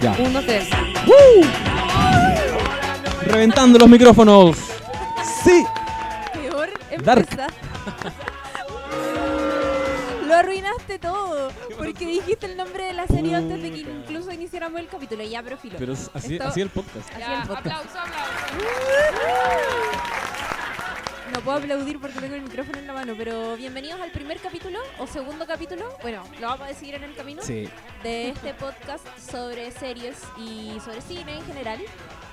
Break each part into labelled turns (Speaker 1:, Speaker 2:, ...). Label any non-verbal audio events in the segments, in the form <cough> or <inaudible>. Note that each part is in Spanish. Speaker 1: Ya.
Speaker 2: Uno, tres.
Speaker 1: Reventando los micrófonos. Sí.
Speaker 3: Peor
Speaker 1: Dark.
Speaker 3: empezar. Lo arruinaste todo. Porque dijiste el nombre de la serie antes de que
Speaker 1: Puta.
Speaker 3: incluso iniciáramos el capítulo. Ya, pero filo.
Speaker 1: Pero es así,
Speaker 3: Esto-
Speaker 1: así el podcast.
Speaker 3: Así
Speaker 2: Ya,
Speaker 3: el podcast.
Speaker 2: aplauso, aplauso.
Speaker 3: No puedo aplaudir porque tengo el micrófono en la mano. Pero bienvenidos al primer capítulo o segundo capítulo. Bueno, lo vamos a decidir en el camino.
Speaker 1: Sí.
Speaker 3: de este podcast sobre series y sobre cine en general,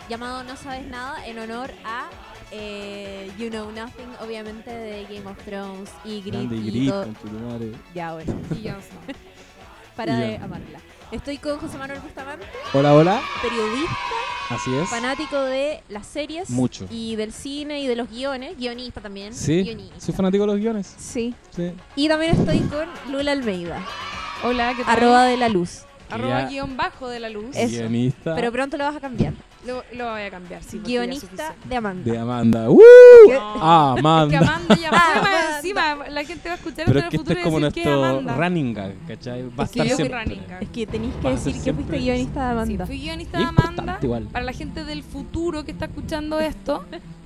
Speaker 3: llamado No Sabes Nada, en honor a eh, You Know Nothing, obviamente de Game of Thrones y Grit.
Speaker 1: Grande
Speaker 3: y
Speaker 1: y gris,
Speaker 3: todo.
Speaker 1: conchetumare.
Speaker 3: Ya, bueno,
Speaker 2: Y yo, sí.
Speaker 3: <laughs> para
Speaker 1: Y ya.
Speaker 3: de amarla. Estoy con José Manuel Bustamante,
Speaker 1: Hola, hola.
Speaker 3: periodista,
Speaker 1: Así es.
Speaker 3: fanático de las series
Speaker 1: Mucho.
Speaker 3: y del cine y de los guiones, guionista también.
Speaker 1: Sí.
Speaker 3: guionista.
Speaker 1: Soy fanático de los guiones.
Speaker 3: Sí.
Speaker 1: Sí.
Speaker 3: Y también estoy con Lula Almeida,
Speaker 2: Hola, ¿qué tal?
Speaker 3: arroba de la luz.
Speaker 2: Arroba
Speaker 1: Ya.
Speaker 2: guión bajo de la luz.
Speaker 3: Eso.
Speaker 1: Guionista
Speaker 3: Pero pronto lo vas a cambiar.
Speaker 2: Lo, lo voy a cambiar, sí. porque ya es
Speaker 3: guionista
Speaker 2: suficiente.
Speaker 3: de Amanda.
Speaker 1: de
Speaker 2: <laughs>
Speaker 1: Amanda. ¡Uh!
Speaker 2: No. Que
Speaker 1: Amanda.
Speaker 2: Amanda ya fue
Speaker 3: Ah, Amanda.
Speaker 2: más encima. La gente va a escuchar
Speaker 1: Pero
Speaker 2: esto
Speaker 1: es
Speaker 2: en
Speaker 1: que
Speaker 2: el
Speaker 1: este
Speaker 2: futuro
Speaker 1: es como
Speaker 2: y decir que
Speaker 1: nuestro
Speaker 2: Amanda.
Speaker 1: running gag, ¿cachai? Va a
Speaker 2: Es que
Speaker 1: estar
Speaker 2: yo fui
Speaker 1: siempre.
Speaker 2: running gag.
Speaker 3: Es que tenéis que
Speaker 1: Vas a ser
Speaker 3: decir que fuiste
Speaker 1: siempre-
Speaker 3: guionista de
Speaker 2: Sí,
Speaker 3: banda.
Speaker 2: fui guionista
Speaker 1: Y
Speaker 2: de
Speaker 1: es
Speaker 2: Amanda.
Speaker 1: importante igual.
Speaker 2: Para la gente del futuro que está escuchando esto,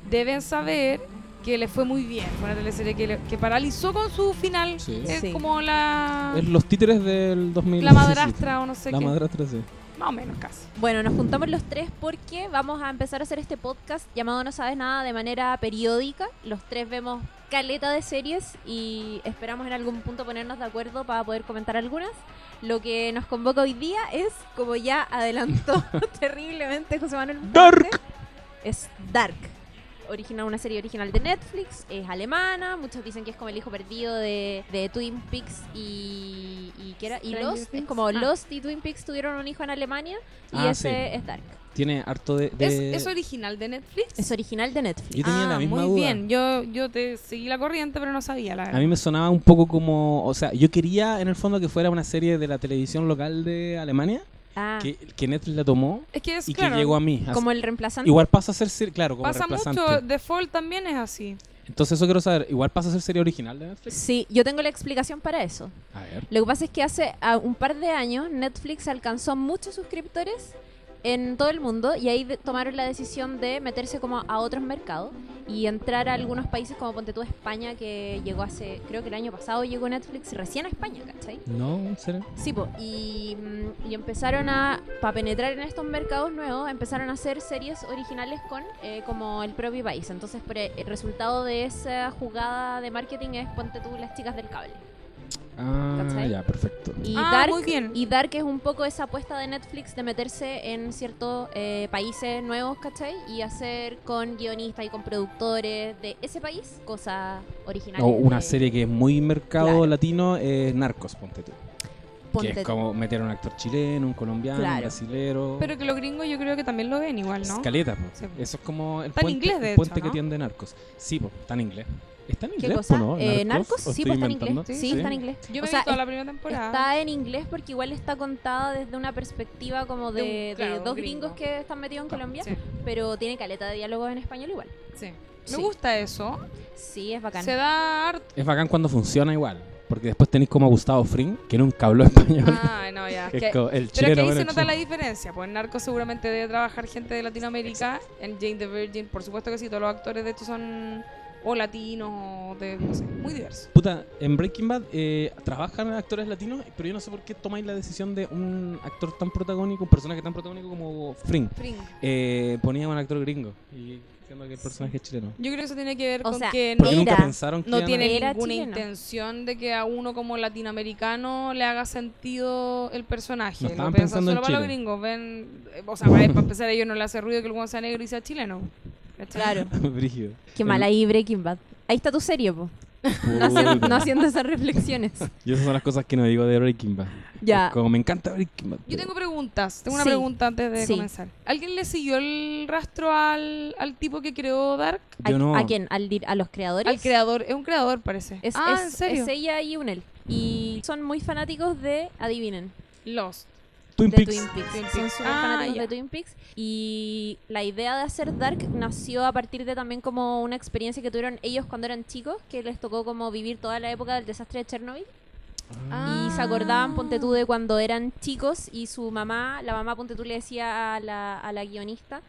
Speaker 2: deben saber que le fue muy bien. Fue una teleserie que, le- que paralizó con su final.
Speaker 1: Sí.
Speaker 2: Es
Speaker 3: Sí.
Speaker 2: como la,
Speaker 1: Es los títeres del 2000.
Speaker 2: la madrastra o no sé
Speaker 1: La
Speaker 2: qué.
Speaker 1: madrastra, sí.
Speaker 2: Más o menos casi.
Speaker 3: Bueno, nos juntamos los tres porque vamos a empezar a hacer este podcast llamado No Sabes Nada de manera periódica. Los tres vemos caleta de series y esperamos en algún punto ponernos de acuerdo para poder comentar algunas. Lo que nos convoca hoy día es, como ya adelantó <laughs> terriblemente José Manuel Bustamante, es Dark. Original, una serie original de Netflix, es alemana, muchos dicen que es como el hijo perdido de, de Twin Peaks y, y, ¿qué era? y
Speaker 2: Stranger
Speaker 3: Lost, es
Speaker 2: Things.
Speaker 3: como
Speaker 2: Ah.
Speaker 3: Lost y Twin Peaks tuvieron un hijo en Alemania y
Speaker 1: Ah,
Speaker 3: ese
Speaker 1: sí.
Speaker 3: es Dark.
Speaker 1: Tiene harto de. de-
Speaker 2: ¿Es, es original de Netflix?
Speaker 3: Es original de Netflix.
Speaker 1: Yo tenía
Speaker 2: Ah,
Speaker 1: la misma
Speaker 2: muy
Speaker 1: duda.
Speaker 2: bien. Yo, yo te seguí la corriente, pero no sabía la
Speaker 1: A
Speaker 2: verdad.
Speaker 1: mí me sonaba un poco como, o sea, yo quería en el fondo que fuera una serie de la televisión local de Alemania,
Speaker 3: Ah, Pues
Speaker 1: que, que Netflix la tomó
Speaker 2: Es que es
Speaker 1: y
Speaker 2: claro.
Speaker 1: que llegó a mí. Así-
Speaker 3: como el reemplazante.
Speaker 1: Igual pasa a ser serie, claro, como
Speaker 2: Pasa
Speaker 1: reemplazante.
Speaker 2: mucho, Default también es así.
Speaker 1: Entonces eso quiero saber, igual pasa a ser serie original de Netflix.
Speaker 3: Sí, yo tengo la explicación para eso.
Speaker 1: A ver.
Speaker 3: Lo que pasa es que hace ah, un par de años Netflix alcanzó muchos suscriptores en todo el mundo y ahí de- tomaron la decisión de meterse como a otros mercados y entrar a algunos países como ponte tú España que llegó hace, creo que el año pasado llegó Netflix recién a España, ¿cachai?
Speaker 1: No, en serio.
Speaker 3: Sí, po, y, mm, y empezaron a, para penetrar en estos mercados nuevos, empezaron a hacer series originales con eh, como el propio país. Entonces, por e- el resultado de esa jugada de marketing es ponte tú las chicas del cable.
Speaker 1: Ah,
Speaker 3: ¿Cachai?
Speaker 1: ya, perfecto.
Speaker 3: Y
Speaker 2: Ah,
Speaker 3: Dark,
Speaker 2: muy bien.
Speaker 3: y Dark es un poco esa apuesta de Netflix de meterse en ciertos eh, países nuevos, ¿cachai? Y hacer con guionistas y con productores de ese país Eh, cosas originales.
Speaker 1: O una
Speaker 3: de-
Speaker 1: serie que es muy mercado
Speaker 3: Claro.
Speaker 1: latino es Narcos, ponte tú.
Speaker 3: ponte
Speaker 1: que es
Speaker 3: tú.
Speaker 1: como meter a un actor chileno, un colombiano,
Speaker 3: Claro.
Speaker 1: un brasilero.
Speaker 2: Pero que los gringos yo creo que también lo ven igual, ¿no?
Speaker 1: Escaleta, po.
Speaker 2: Sí, po.
Speaker 1: Eso es como el
Speaker 2: Está en
Speaker 1: puente,
Speaker 2: inglés, de
Speaker 1: el
Speaker 2: hecho,
Speaker 1: puente que
Speaker 2: ¿no?
Speaker 1: tiene Narcos. Sí, pues, está en inglés. ¿Está en
Speaker 3: ¿Qué
Speaker 1: inglés, po,
Speaker 3: cosa?
Speaker 1: no?
Speaker 3: Eh, ¿Narcos?
Speaker 1: ¿O
Speaker 3: Sí,
Speaker 1: estoy
Speaker 3: pues está en
Speaker 1: inventando?
Speaker 3: inglés. Sí,
Speaker 2: Sí,
Speaker 3: está en inglés.
Speaker 2: Yo
Speaker 3: O
Speaker 2: me
Speaker 3: sea,
Speaker 2: vi toda
Speaker 3: es-
Speaker 2: la primera temporada.
Speaker 3: Está en inglés porque igual está contada desde una perspectiva como de,
Speaker 2: De un-
Speaker 3: de
Speaker 2: claro,
Speaker 3: dos
Speaker 2: gringo.
Speaker 3: gringos que están metidos en
Speaker 1: Claro.
Speaker 3: Colombia,
Speaker 2: Sí,
Speaker 3: pero tiene caleta de diálogos en español igual.
Speaker 2: sí.
Speaker 3: Sí.
Speaker 2: Me gusta eso.
Speaker 3: Sí, es bacán.
Speaker 2: Se da
Speaker 1: <laughs>
Speaker 2: harto.
Speaker 1: Es bacán cuando funciona igual. Porque después tenéis como a Gustavo Fring, que nunca habló español.
Speaker 2: Ay, no,
Speaker 1: <laughs>
Speaker 2: ya.
Speaker 1: que es
Speaker 2: que-
Speaker 1: como el
Speaker 2: Ah, pero es que
Speaker 1: chileno.
Speaker 2: ahí
Speaker 1: bueno,
Speaker 2: se nota
Speaker 1: el
Speaker 2: la
Speaker 1: chileno.
Speaker 2: diferencia. Pues en Narcos seguramente debe trabajar gente de Latinoamérica. En Jane the Virgin, por supuesto que sí. Todos los actores de hecho son o latinos o de, no sé, muy diversos.
Speaker 1: Puta, en Breaking Bad eh, trabajan actores latinos, pero yo no sé por qué tomáis la decisión de un actor tan protagónico, un personaje tan protagónico como Fring. Eh, ponía a un actor gringo, y siendo que el personaje es chileno.
Speaker 2: Yo creo que eso tiene que ver
Speaker 3: O
Speaker 2: con
Speaker 3: sea,
Speaker 2: que no,
Speaker 1: Porque nunca
Speaker 3: Era.
Speaker 1: pensaron que
Speaker 2: no
Speaker 1: iban a-
Speaker 2: tiene
Speaker 3: Era
Speaker 2: ninguna
Speaker 3: chileno.
Speaker 2: intención de que a uno como latinoamericano le haga sentido el personaje.
Speaker 1: No
Speaker 2: Lo
Speaker 1: estaban
Speaker 2: piensan
Speaker 1: pensando en
Speaker 2: solo para los
Speaker 1: Chile.
Speaker 2: gringos. Ven, eh, o sea, para, para empezar a ellos no le hace ruido que el guan sea negro y sea chileno. ¿Cachai?
Speaker 3: Claro.
Speaker 1: <laughs> Brígido.
Speaker 3: Qué mal ahí Breaking Bad. Ahí está tu serie, po. No, haciendo-
Speaker 1: Puta.
Speaker 3: <laughs> no haciendo
Speaker 1: <laughs>
Speaker 3: esas reflexiones.
Speaker 1: Y esas son las cosas que no digo de Breaking Bad.
Speaker 3: Ya.
Speaker 1: Es Como me encanta Breaking Bad.
Speaker 2: Yo tengo preguntas. Tengo una
Speaker 3: Sí.
Speaker 2: pregunta antes de
Speaker 3: Sí.
Speaker 2: comenzar. ¿Alguien le siguió el rastro al, al tipo que creó Dark?
Speaker 3: ¿A,
Speaker 1: Yo no.
Speaker 3: a quién? ¿Al dir- ¿A los creadores?
Speaker 2: Al creador. Es un creador, parece.
Speaker 3: Es,
Speaker 2: ah,
Speaker 3: es-
Speaker 2: ¿en serio?
Speaker 3: es ella y Unel. Y son muy fanáticos de, adivinen,
Speaker 2: Lost.
Speaker 1: Twin
Speaker 3: de
Speaker 1: Peaks.
Speaker 3: Twin Peaks.
Speaker 2: Twin
Speaker 3: Son
Speaker 2: Peaks.
Speaker 3: súper
Speaker 2: Ah,
Speaker 3: fanáticos
Speaker 2: ya.
Speaker 3: de Twin Peaks. Y la idea de hacer Dark nació a partir de también como una experiencia que tuvieron ellos cuando eran chicos, que les tocó como vivir toda la época del desastre de Chernobyl.
Speaker 1: Ah,
Speaker 3: Y
Speaker 2: Ah.
Speaker 3: se acordaban, ponte tú, de cuando eran chicos y su mamá, la mamá, ponte tú, le decía a la, a la guionista,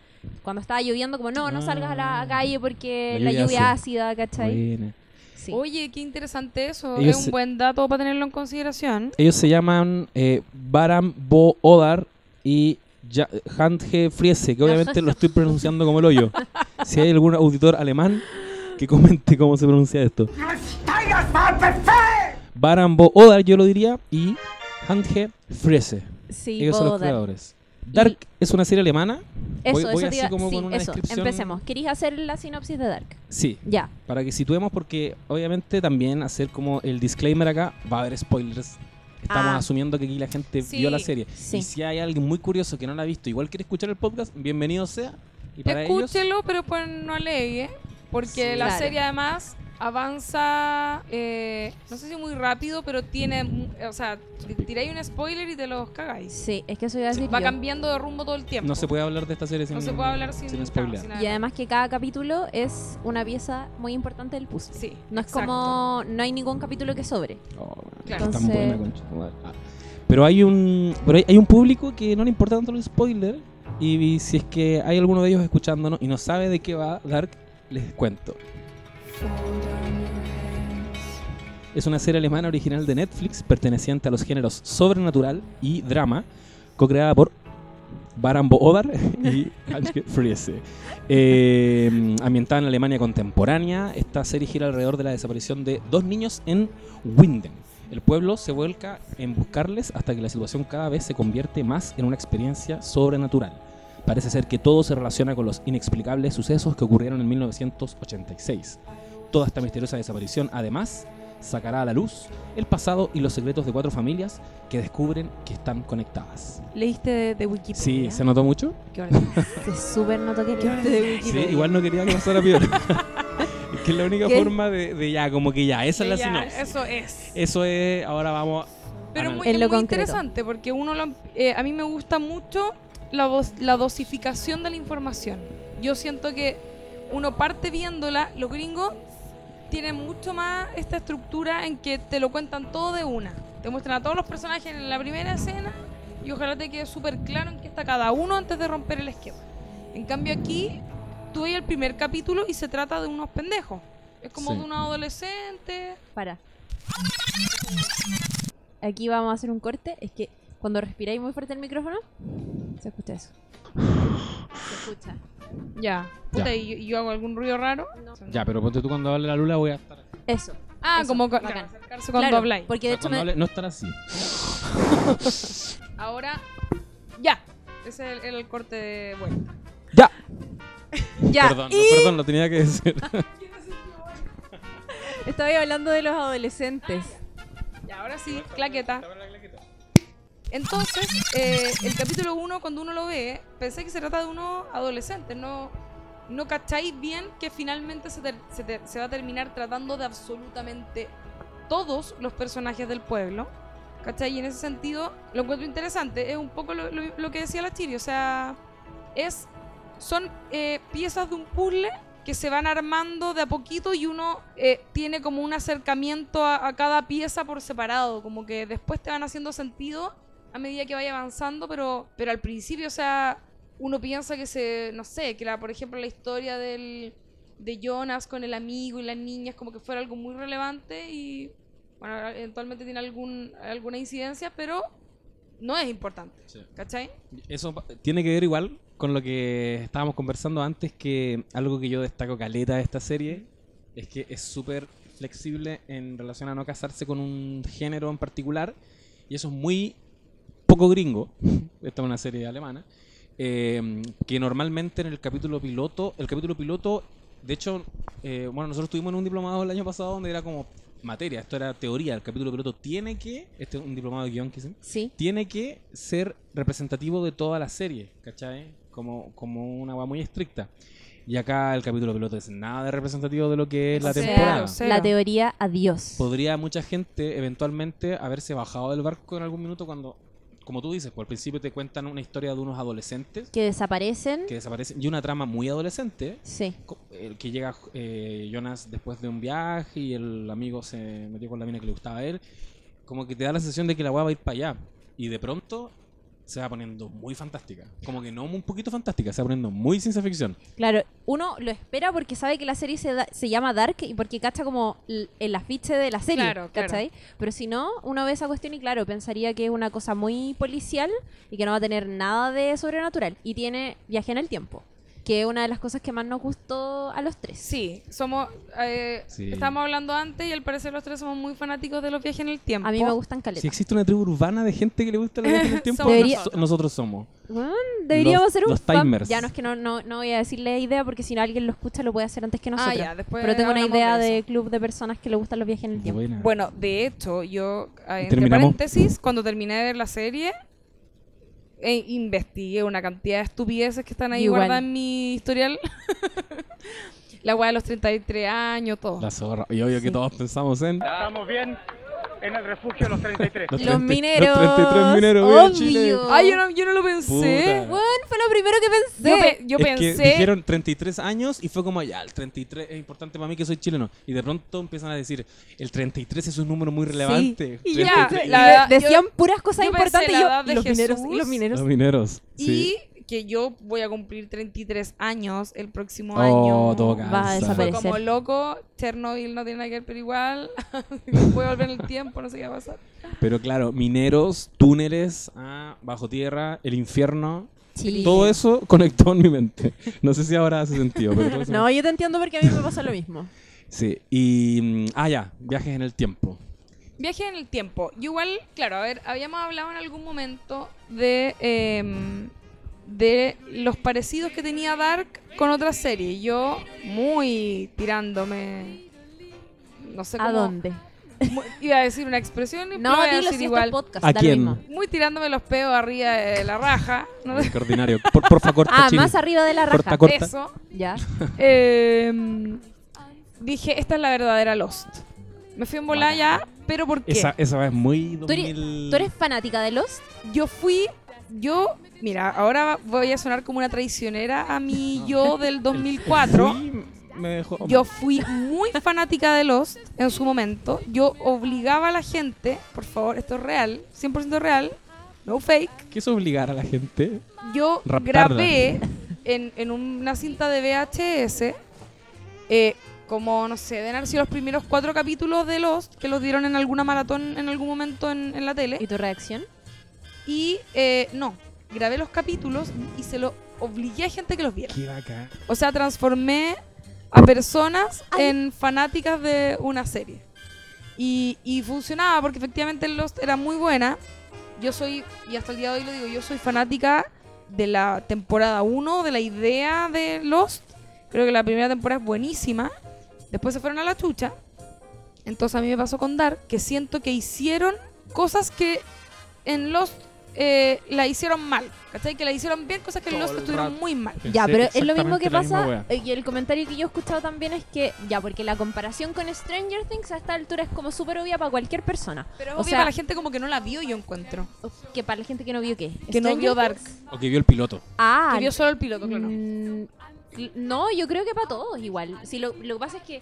Speaker 3: cuando estaba lloviendo, como, no,
Speaker 1: Ah.
Speaker 3: no salgas a la calle porque la lluvia, ácida, ¿cachai?
Speaker 1: Buena.
Speaker 3: Sí.
Speaker 2: Oye, qué interesante eso.
Speaker 1: Ellos
Speaker 2: es un
Speaker 1: se-
Speaker 2: buen dato para tenerlo en consideración.
Speaker 1: Ellos se llaman eh, Baram Bo Odar y Ja- Handge Friese, que obviamente lo estoy pronunciando como el
Speaker 3: <laughs>
Speaker 1: hoyo. Si hay algún auditor alemán que comente cómo se pronuncia esto. Baram Bo Odar, yo lo diría, y Handge Friese.
Speaker 3: Sí,
Speaker 1: Ellos son los
Speaker 3: Bodar.
Speaker 1: creadores. Dark es una serie alemana.
Speaker 3: Eso,
Speaker 1: Voy-
Speaker 3: eso
Speaker 1: voy
Speaker 3: te
Speaker 1: así
Speaker 3: iba-
Speaker 1: como
Speaker 3: sí,
Speaker 1: con una
Speaker 3: eso.
Speaker 1: descripción-
Speaker 3: Empecemos. ¿Queréis hacer la sinopsis de Dark?
Speaker 1: Sí,
Speaker 3: Ya.
Speaker 1: para que situemos, porque obviamente también hacer como el disclaimer acá, va a haber spoilers. Estamos
Speaker 3: Ah.
Speaker 1: asumiendo que aquí la gente
Speaker 2: Sí,
Speaker 1: vio la serie.
Speaker 3: sí.
Speaker 1: Y si hay alguien muy curioso que no la ha visto, igual quiere escuchar el podcast, bienvenido sea. Y para ellos,
Speaker 2: Escúchelo, pero pues no alegue, porque
Speaker 1: Sí.
Speaker 2: la
Speaker 3: Claro.
Speaker 2: serie además avanza, eh, no sé si muy rápido, pero tiene, mu- o sea, te tiráis un spoiler y te los cagáis.
Speaker 3: Sí, es que eso iba a decir
Speaker 2: Va
Speaker 3: yo.
Speaker 2: cambiando de rumbo todo el tiempo.
Speaker 1: no se puede hablar de esta serie sin
Speaker 2: No se puede hablar sin, claro,
Speaker 1: spoilear.
Speaker 2: sin
Speaker 3: Y
Speaker 2: nada.
Speaker 3: además que cada capítulo es una pieza muy importante del puzzle.
Speaker 2: Sí,
Speaker 3: No es
Speaker 2: exacto.
Speaker 3: como... No hay ningún capítulo que sobre.
Speaker 1: Oh, bueno,
Speaker 2: Claro.
Speaker 1: es tan
Speaker 3: Entonces-
Speaker 1: buena, concha tu madre. Ah. Pero hay un pero hay, hay un público que no le importa tanto los spoilers y, y si es que hay alguno de ellos escuchándonos y no sabe de qué va Dark, les cuento. Es una serie alemana original de Netflix perteneciente a los géneros sobrenatural y drama, co-creada por Barambo Odar <laughs> y Hanske Friese. Eh, ambientada en Alemania contemporánea, esta serie gira alrededor de la desaparición de dos niños en Winden. El pueblo se vuelca en buscarles hasta que la situación cada vez se convierte más en una experiencia sobrenatural. Parece ser que todo se relaciona con los inexplicables sucesos que ocurrieron en 1986. Toda esta misteriosa desaparición, además, sacará a la luz el pasado y los secretos de cuatro familias que descubren que están conectadas.
Speaker 2: ¿Leíste de, Wikipedia?
Speaker 1: Sí, ¿se notó mucho?
Speaker 2: Qué horrible.
Speaker 3: Se súper notó que leíste de
Speaker 1: Sí,
Speaker 3: Wikipedia.
Speaker 1: igual no quería que pasara peor. es que es la única
Speaker 3: ¿Qué?
Speaker 1: forma de, de ya, como que ya, esa es la
Speaker 2: Ya,
Speaker 1: sinopsis.
Speaker 2: Eso es.
Speaker 1: Eso es, ahora vamos.
Speaker 2: Pero es muy,
Speaker 3: En
Speaker 2: es
Speaker 3: lo
Speaker 2: muy
Speaker 3: concreto.
Speaker 2: interesante porque uno lo- eh, a mí me gusta mucho la, dos- la dosificación de la información. Yo siento que uno parte viéndola, los gringos tienen mucho más esta estructura en que te lo cuentan todo de una. Te muestran a todos los personajes en la primera escena y ojalá te quede súper claro en qué está cada uno antes de romper el esquema. En cambio aquí, tú ves el primer capítulo y se trata de unos pendejos. Es como
Speaker 1: Sí.
Speaker 2: de un adolescente.
Speaker 3: Para. Aquí vamos a hacer un corte. Es que cuando respiráis muy fuerte el micrófono, se escucha eso. Se escucha.
Speaker 2: Ya. Puta,
Speaker 1: Ya.
Speaker 2: ¿Y yo, y yo hago algún ruido raro?
Speaker 1: Ya, pero ponte tú cuando hable la lula, voy a estar.
Speaker 3: Eso.
Speaker 2: Ah,
Speaker 3: Eso,
Speaker 2: como ca-
Speaker 3: bacán.
Speaker 2: acercarse cuando
Speaker 3: Claro,
Speaker 2: habláis.
Speaker 3: Porque de hecho
Speaker 1: cuando
Speaker 3: me-
Speaker 1: hable, no estar así.
Speaker 2: Ahora, ya. Ese es el, el corte de vuelta.
Speaker 1: ¡Ya!
Speaker 3: Ya,
Speaker 1: Perdón,
Speaker 3: y
Speaker 1: no, perdón, lo tenía que decir.
Speaker 3: estaba hablando de los adolescentes.
Speaker 2: Ya, ahora sí, claqueta. Entonces, eh, el capítulo 1, cuando uno lo ve, pensé que se trata de unos adolescentes. No, no cacháis bien que finalmente se, ter- se ter- se va a terminar tratando de absolutamente todos los personajes del pueblo. ¿Cachai? Y en ese sentido, lo encuentro interesante. Es un poco lo, lo- lo que decía la Chiri. O sea, es, son eh, piezas de un puzzle que se van armando de a poquito y uno eh, tiene como un acercamiento a, a cada pieza por separado, como que después te van haciendo sentido a medida que vaya avanzando, pero, pero al principio, o sea, uno piensa que se, no sé, que la, por ejemplo la historia del, de Jonas con el amigo y las niñas como que fuera algo muy relevante y, bueno, eventualmente tiene algún, alguna incidencia, pero no es importante,
Speaker 1: Sí.
Speaker 2: ¿cachai?
Speaker 1: Eso pa- tiene que ver igual con lo que estábamos conversando antes, que algo que yo destaco caleta de esta serie es que es súper flexible en relación a no casarse con un género en particular, y eso es muy poco gringo, <laughs> esta es una serie alemana, eh, que normalmente en el capítulo piloto, el capítulo piloto, de hecho, eh, bueno, nosotros tuvimos en un diplomado el año pasado donde era como materia, esto era teoría, el capítulo piloto tiene que, este es un diplomado de guión que hicimos,
Speaker 3: Sí.
Speaker 1: tiene que ser representativo de toda la serie, ¿cachai? Como, como una va muy estricta. Y acá el capítulo piloto es nada de representativo de lo que es la
Speaker 3: O sea,
Speaker 1: temporada.
Speaker 2: Cero.
Speaker 3: La teoría adiós.
Speaker 1: Podría mucha gente eventualmente haberse bajado del barco en algún minuto cuando, como tú dices, por al principio te cuentan una historia de unos adolescentes
Speaker 3: Que desaparecen.
Speaker 1: que desaparecen y una trama muy adolescente
Speaker 3: Sí.
Speaker 1: co- el que llega eh, Jonas después de un viaje y el amigo se metió con la mina que le gustaba a él. como que te da la sensación de que la weá va a ir para allá. Y de pronto se va poniendo muy fantástica. Como que no un poquito fantástica, se va poniendo muy ciencia ficción.
Speaker 3: Claro, uno lo espera porque sabe que la serie se, da- se llama Dark y porque cacha como l- el afiche de la serie,
Speaker 2: Claro, claro.
Speaker 3: ¿cachai? Pero si no, uno ve esa cuestión y claro, pensaría que es una cosa muy policial y que no va a tener nada de sobrenatural. Y tiene viaje en el tiempo, que es una de las cosas que más nos gustó a los tres.
Speaker 2: Sí, somos. Eh,
Speaker 1: Sí.
Speaker 2: Estábamos hablando antes y al parecer los tres somos muy fanáticos de los viajes en el tiempo.
Speaker 3: A mí me gustan caletas.
Speaker 1: Si existe una tribu urbana de gente que le gusta la viaje en el tiempo,
Speaker 2: Somos
Speaker 1: Debería-
Speaker 2: nosotros.
Speaker 1: nosotros somos.
Speaker 3: Weón, deberíamos
Speaker 1: Los-
Speaker 3: hacer un
Speaker 1: los
Speaker 3: fan-
Speaker 1: timers.
Speaker 3: Ya no es que no, no, no voy a decirle idea porque si no alguien lo escucha lo puede hacer antes que nosotros.
Speaker 2: Ah, ya, después
Speaker 3: Pero tengo una
Speaker 2: hablamos
Speaker 3: idea
Speaker 2: de
Speaker 3: de,
Speaker 2: eso.
Speaker 3: club de personas que le gustan los viajes en el tiempo.
Speaker 1: Buena.
Speaker 2: Bueno, de hecho, yo, eh, entre
Speaker 1: Terminamos.
Speaker 2: paréntesis, cuando terminé de ver la serie, eh, investigué una cantidad de estupideces que están ahí
Speaker 3: Igual.
Speaker 2: guardadas en mi historial. <laughs> la weá de los 33 años, todo.
Speaker 1: La zorra. Y obvio que todos pensamos en.
Speaker 4: Estamos bien en el refugio de los 33.
Speaker 1: Los,
Speaker 3: Los
Speaker 1: 30
Speaker 3: mineros.
Speaker 1: Los 33 mineros. viva Chile.
Speaker 3: Obvio.
Speaker 2: Ay, yo no, yo no lo pensé.
Speaker 1: Puta.
Speaker 3: Weón, fue lo primero que pensé.
Speaker 2: Yo, pe- yo
Speaker 1: Es que
Speaker 2: pensé.
Speaker 1: dijeron 33 años y fue como, ya, el 33 es importante para mí que soy chileno. Y de pronto empiezan a decir, el 33 es un número muy relevante.
Speaker 3: Y
Speaker 2: yo-
Speaker 1: 33.
Speaker 2: la verdad,
Speaker 3: Le decían
Speaker 2: yo-
Speaker 3: puras cosas
Speaker 2: yo pensé
Speaker 3: importantes.
Speaker 2: la
Speaker 3: y yo-
Speaker 2: edad de
Speaker 3: y los mineros,
Speaker 2: Jesús.
Speaker 3: y los mineros.
Speaker 1: Los mineros. sí.
Speaker 2: Y que yo voy a cumplir 33 años el próximo
Speaker 1: Oh,
Speaker 2: año.
Speaker 1: todo
Speaker 3: Va a
Speaker 1: cansa.
Speaker 2: Fue
Speaker 3: desaparecer.
Speaker 2: como loco, Chernobyl no tiene nada que ver, pero igual. <laughs> no puedo volver en el tiempo, no sé qué va a pasar.
Speaker 1: Pero claro, mineros, túneles, ah, bajo tierra, el infierno.
Speaker 3: Sí.
Speaker 1: Todo eso conectó en mi mente. No sé si ahora hace sentido, pero
Speaker 3: <laughs>
Speaker 1: todo eso-
Speaker 3: No, yo te entiendo porque a mí me pasa lo mismo.
Speaker 1: Sí, y. mm, Ah, ya, viajes en el
Speaker 3: <laughs>
Speaker 1: tiempo.
Speaker 2: Viaje en el tiempo. Yo igual, claro, a ver, habíamos hablado en algún momento de, em, de los parecidos que tenía Dark con otras series. Yo muy tirándome... No sé
Speaker 3: ¿A
Speaker 2: cómo...
Speaker 3: dónde?
Speaker 2: mu- Iba a decir una expresión, pero
Speaker 3: No,
Speaker 2: voy a
Speaker 3: dilo
Speaker 2: decir
Speaker 3: si esto es
Speaker 2: igual.
Speaker 3: podcast.
Speaker 1: ¿A
Speaker 3: da lo
Speaker 1: quién?
Speaker 3: mismo.
Speaker 2: Muy tirándome los peos arriba de la raja. ¿no?
Speaker 1: Extraordinario. Por, porfa, corta,
Speaker 3: Ah,
Speaker 1: Chile.
Speaker 3: más arriba de la
Speaker 1: Corta,
Speaker 3: raja.
Speaker 1: corta.
Speaker 2: Eso.
Speaker 3: Ya.
Speaker 2: Em, dije, esta es la verdadera Lost. Me fui en volada ya, pero ¿por qué?
Speaker 1: Esa, esa es muy.
Speaker 3: ¿Tú eres,
Speaker 1: 2000.
Speaker 3: tú eres fanática de Lost?
Speaker 2: yo fui, yo, mira, ahora voy a sonar como una traicionera a mi yo del 2004.
Speaker 1: Fui, me dejó-
Speaker 2: Yo fui muy fanática de Lost en su momento. Yo obligaba a la gente, por favor, esto es real, 100% real, no fake.
Speaker 1: ¿Qué es obligar a la gente?
Speaker 2: Yo
Speaker 1: Raptarla.
Speaker 2: grabé en, en una cinta de VHS, eh, como, no sé, deben haber sido los primeros cuatro capítulos de Lost, que los dieron en alguna maratón en algún momento en, en la tele.
Speaker 3: ¿Y tu reacción?
Speaker 2: Y eh, no, grabé los capítulos y se lo obligué a gente que los viera.
Speaker 1: Qué vaca.
Speaker 2: O sea, transformé a personas en fanáticas de una serie. Y, y funcionaba porque efectivamente Lost era muy buena. Yo soy, y hasta el día de hoy lo digo, yo soy fanática de la temporada 1, de la idea de Lost. Creo que la primera temporada es buenísima. Después se fueron a la chucha. Entonces a mí me pasó con Dark que siento que hicieron cosas que en Lost eh, la hicieron mal. ¿Cachai? Que la hicieron bien, cosas que en
Speaker 1: Todo
Speaker 2: Lost
Speaker 1: el
Speaker 2: estuvieron
Speaker 1: rato.
Speaker 2: muy mal.
Speaker 1: Pensé
Speaker 3: Ya, pero es lo mismo
Speaker 1: exactamente
Speaker 3: que
Speaker 1: la misma
Speaker 3: pasa.
Speaker 1: wea.
Speaker 3: eh, Y el comentario que yo he escuchado también es que, ya, porque la comparación con Stranger Things a esta altura es como súper obvia para cualquier persona.
Speaker 2: Pero es
Speaker 3: O
Speaker 2: obvio
Speaker 3: sea-
Speaker 2: para la gente como que no la vio, yo encuentro.
Speaker 3: Que para la gente que no vio qué.
Speaker 2: Que no
Speaker 3: ¿Stranger
Speaker 2: vio Dark.
Speaker 3: Things?
Speaker 1: O que vio el piloto.
Speaker 3: Ah,
Speaker 2: que vio solo el piloto, claro.
Speaker 3: Mm, cl- No, yo creo que para todos igual. Si lo, lo que pasa es que,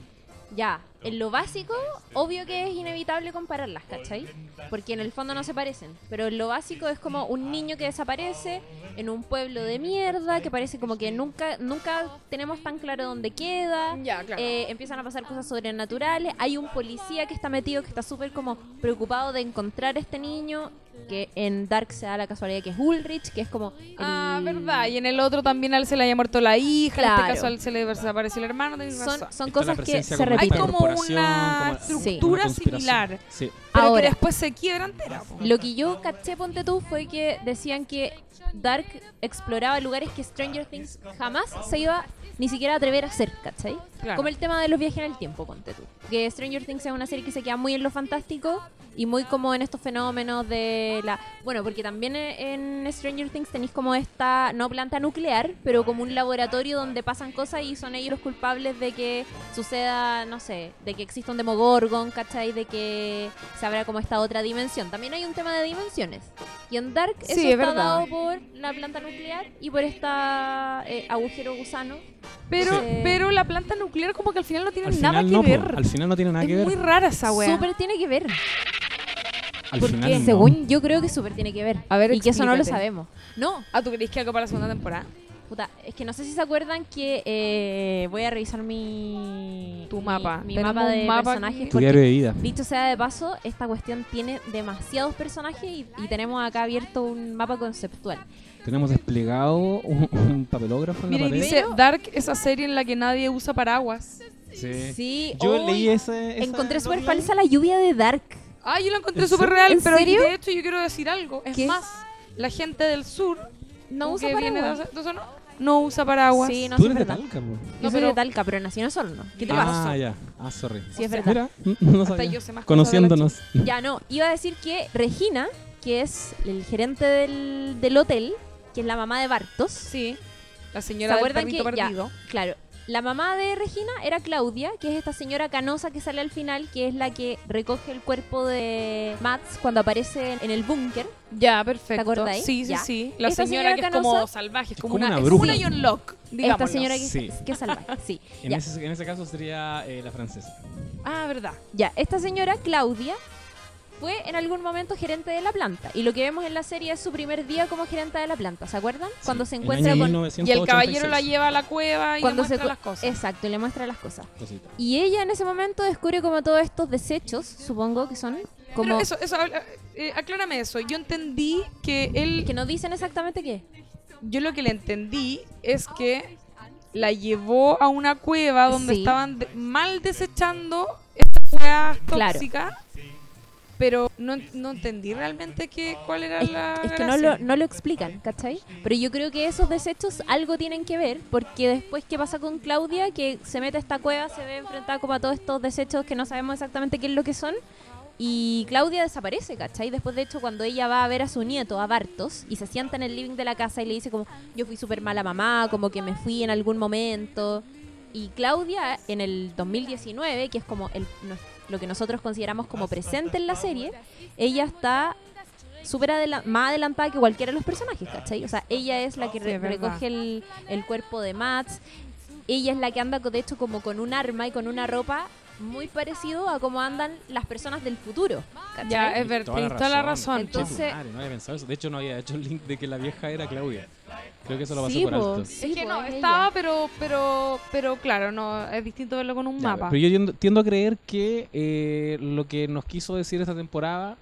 Speaker 3: ya, en lo básico, obvio que es inevitable compararlas, ¿cachai? Porque en el fondo no se parecen. Pero en lo básico es como un niño que desaparece en un pueblo de mierda, que parece como que nunca, nunca tenemos tan claro dónde queda.
Speaker 2: Ya, claro.
Speaker 3: Eh, empiezan a pasar cosas sobrenaturales. Hay un policía que está metido, que está súper como preocupado de encontrar a este niño. Que en Dark se da la casualidad que es Ulrich, que es como. el-
Speaker 2: Ah, verdad. Y en el otro también a él se le había muerto la hija, en
Speaker 3: Claro.
Speaker 2: este caso a él se le desapareció el hermano. tenés
Speaker 3: son,
Speaker 2: razón.
Speaker 1: Está
Speaker 3: son
Speaker 1: la
Speaker 3: cosas que
Speaker 1: presencia
Speaker 3: se
Speaker 1: como de
Speaker 2: Hay
Speaker 1: esta
Speaker 3: repiten.
Speaker 2: como
Speaker 1: corporación,
Speaker 2: una
Speaker 1: como-
Speaker 2: estructura
Speaker 1: una conspiración.
Speaker 2: similar.
Speaker 1: Sí.
Speaker 2: Pero
Speaker 3: Ahora.
Speaker 2: que después se quiebra entera. po.
Speaker 3: Lo que yo caché, ponte tú, fue que decían que Dark exploraba lugares que Stranger Things jamás se iba ni siquiera a atrever a hacer, ¿cachai?
Speaker 2: Claro.
Speaker 3: Como el tema de los viajes en el tiempo, ponte tú. Que Stranger Things es una serie que se queda muy en lo fantástico y muy como en estos fenómenos de la... Bueno, porque también e- en Stranger Things tenéis como esta, no planta nuclear, pero como un laboratorio donde pasan cosas y son ellos los culpables de que suceda, no sé, de que exista un demogorgon, ¿cachai? De que se abra como esta otra dimensión. También hay un tema de dimensiones. Y en Dark
Speaker 2: Sí,
Speaker 3: eso
Speaker 2: es
Speaker 3: está
Speaker 2: verdad.
Speaker 3: dado por la planta nuclear y por esta eh, agujero gusano.
Speaker 2: Pero,
Speaker 3: Sí.
Speaker 2: pero la planta nuclear como que al final no tiene
Speaker 1: Al
Speaker 2: nada
Speaker 1: final
Speaker 2: que
Speaker 1: no, po.
Speaker 2: ver.
Speaker 1: al final no tiene nada
Speaker 2: es
Speaker 1: que ver.
Speaker 2: muy rara esa weá.
Speaker 3: Súper tiene que ver.
Speaker 1: Al
Speaker 3: ¿Por
Speaker 1: final
Speaker 3: qué?
Speaker 1: no.
Speaker 3: Según yo creo que súper tiene que ver.
Speaker 2: A ver,
Speaker 3: y que eso no lo
Speaker 2: explícate.
Speaker 3: sabemos. No,
Speaker 2: Ah, ¿tú crees que algo para la segunda temporada?
Speaker 3: puta, es que no sé si se acuerdan que eh, voy a revisar mi
Speaker 2: Tu
Speaker 3: mi-
Speaker 2: mapa.
Speaker 3: mi,
Speaker 2: Tenemos
Speaker 3: mapa de
Speaker 2: un mapa
Speaker 3: personajes
Speaker 2: aquí.
Speaker 1: Tu
Speaker 3: porque,
Speaker 1: diario de vida.
Speaker 3: dicho sea de paso, esta cuestión tiene demasiados personajes y, y tenemos acá abierto un mapa conceptual.
Speaker 1: Tenemos desplegado un, un papelógrafo en
Speaker 2: Mira,
Speaker 1: la
Speaker 2: y
Speaker 1: pared.
Speaker 2: dice Dark, esa serie en la que nadie usa paraguas.
Speaker 1: Sí.
Speaker 3: Sí,
Speaker 1: Yo
Speaker 3: hoy
Speaker 1: leí ese.
Speaker 3: encontré súper falsa la lluvia de Dark.
Speaker 2: Ah, yo la encontré
Speaker 1: ¿En
Speaker 2: súper real,
Speaker 3: ¿En
Speaker 2: pero
Speaker 3: serio?
Speaker 2: de hecho yo quiero decir algo. Es
Speaker 3: ¿Qué?
Speaker 2: más, la gente del sur
Speaker 3: No
Speaker 2: como
Speaker 3: usa
Speaker 2: que viene de
Speaker 3: paraguas.
Speaker 2: esa- de esa- no, no usa paraguas.
Speaker 3: Sí, no
Speaker 1: Tú
Speaker 3: sí, es
Speaker 1: eres de
Speaker 3: verdad.
Speaker 1: Talca, po.
Speaker 3: Yo
Speaker 2: No,
Speaker 3: soy de
Speaker 2: pero-
Speaker 3: Talca, pero nací en Osorno.
Speaker 2: ¿Qué te
Speaker 1: Ah,
Speaker 2: pasa?
Speaker 1: ya. Ah, sorry.
Speaker 3: Sí, es
Speaker 2: O sea,
Speaker 3: verdad.
Speaker 1: Mira, <laughs> no
Speaker 2: Hasta
Speaker 1: sabía.
Speaker 2: yo sé más cosas de la
Speaker 1: Conociéndonos.
Speaker 3: Ya no, iba a decir que Regina, que es el gerente del, del hotel, que es la mamá de Bartos,
Speaker 2: Sí. La
Speaker 3: ¿se
Speaker 2: señora del
Speaker 3: acuerdan que
Speaker 2: perrito
Speaker 3: ya,
Speaker 2: perdido.
Speaker 3: claro, la mamá de Regina era Claudia, que es esta señora canosa que sale al final, que es la que recoge el cuerpo de Mats cuando aparece en el búnker.
Speaker 2: Ya, perfecto.
Speaker 3: acordáis?
Speaker 2: Sí, sí,
Speaker 3: Ya.
Speaker 2: sí. La
Speaker 3: Esta
Speaker 2: señora,
Speaker 3: señora
Speaker 2: que es
Speaker 3: canosa
Speaker 2: como salvaje, es como
Speaker 1: como
Speaker 2: una,
Speaker 1: una
Speaker 2: es
Speaker 1: bruja.
Speaker 2: una John Locke,
Speaker 3: Esta
Speaker 2: digámoslo.
Speaker 3: señora que,
Speaker 1: Sí.
Speaker 3: que es salvaje, sí.
Speaker 1: <laughs> En
Speaker 3: ya.
Speaker 1: ese, en ese caso sería eh, la francesa.
Speaker 2: Ah, verdad.
Speaker 3: Ya, esta señora, Claudia, fue en algún momento gerente de la planta. Y lo que vemos en la serie es su primer día como gerente de la planta, ¿se acuerdan? Cuando se
Speaker 1: Sí, en
Speaker 3: encuentra
Speaker 1: año
Speaker 3: con...
Speaker 1: 1986.
Speaker 2: Y el caballero la lleva a la cueva y
Speaker 3: Cuando
Speaker 2: le
Speaker 3: se
Speaker 2: muestra
Speaker 3: co-
Speaker 2: las cosas.
Speaker 3: Exacto, y le muestra las cosas.
Speaker 1: Cosita.
Speaker 3: Y ella en ese momento descubre como todos estos desechos, supongo que son como...
Speaker 2: Pero eso, eso, habla- eh, aclárame eso. Yo entendí que él
Speaker 3: Que no dicen exactamente qué.
Speaker 2: Yo lo que le entendí es que la llevó a una cueva donde
Speaker 3: Sí.
Speaker 2: estaban de- mal desechando estas hueas
Speaker 3: Claro.
Speaker 2: tóxicas. Pero no, en- no entendí realmente que, cuál era
Speaker 3: Es,
Speaker 2: la.
Speaker 3: es que no
Speaker 2: gracia.
Speaker 3: lo, no lo explican, ¿cachai? Pero yo creo que esos desechos algo tienen que ver, porque después qué pasa con Claudia, que se mete a esta cueva, se ve enfrentada como a todos estos desechos que no sabemos exactamente qué es lo que son, y Claudia desaparece, ¿cachai? Después de hecho cuando ella va a ver a su nieto, a Bartos, y se sienta en el living de la casa y le dice como, yo fui súper mala mamá, como que me fui en algún momento. Y Claudia en el 2019, que es como el, nos- lo que nosotros consideramos como presente en la serie, ella está súper adela- más adelantada que cualquiera de los personajes, ¿cachai? O sea, ella es la que
Speaker 2: Sí,
Speaker 3: re-
Speaker 2: es verdad.
Speaker 3: recoge el, el cuerpo de Mats, ella es la que anda co- de hecho como con un arma y con una ropa muy parecido a cómo andan las personas del futuro, ¿cachai?
Speaker 2: Ya, Ah, es verdad, tienes toda la razón.
Speaker 1: Conche tu
Speaker 3: Entonces-
Speaker 1: madre, no había pensado eso. De hecho, no había hecho el link de que la vieja era Claudia. Creo que eso lo pasé
Speaker 3: Sí,
Speaker 1: por
Speaker 3: po.
Speaker 1: alto.
Speaker 3: Sí,
Speaker 2: Es que
Speaker 3: po,
Speaker 2: no,
Speaker 3: es
Speaker 2: estaba,
Speaker 3: ella.
Speaker 2: pero, pero, pero claro, no, es distinto verlo con un
Speaker 1: Ya,
Speaker 2: mapa.
Speaker 1: Pero yo tiendo, tiendo a creer que eh, lo que nos quiso decir esta temporada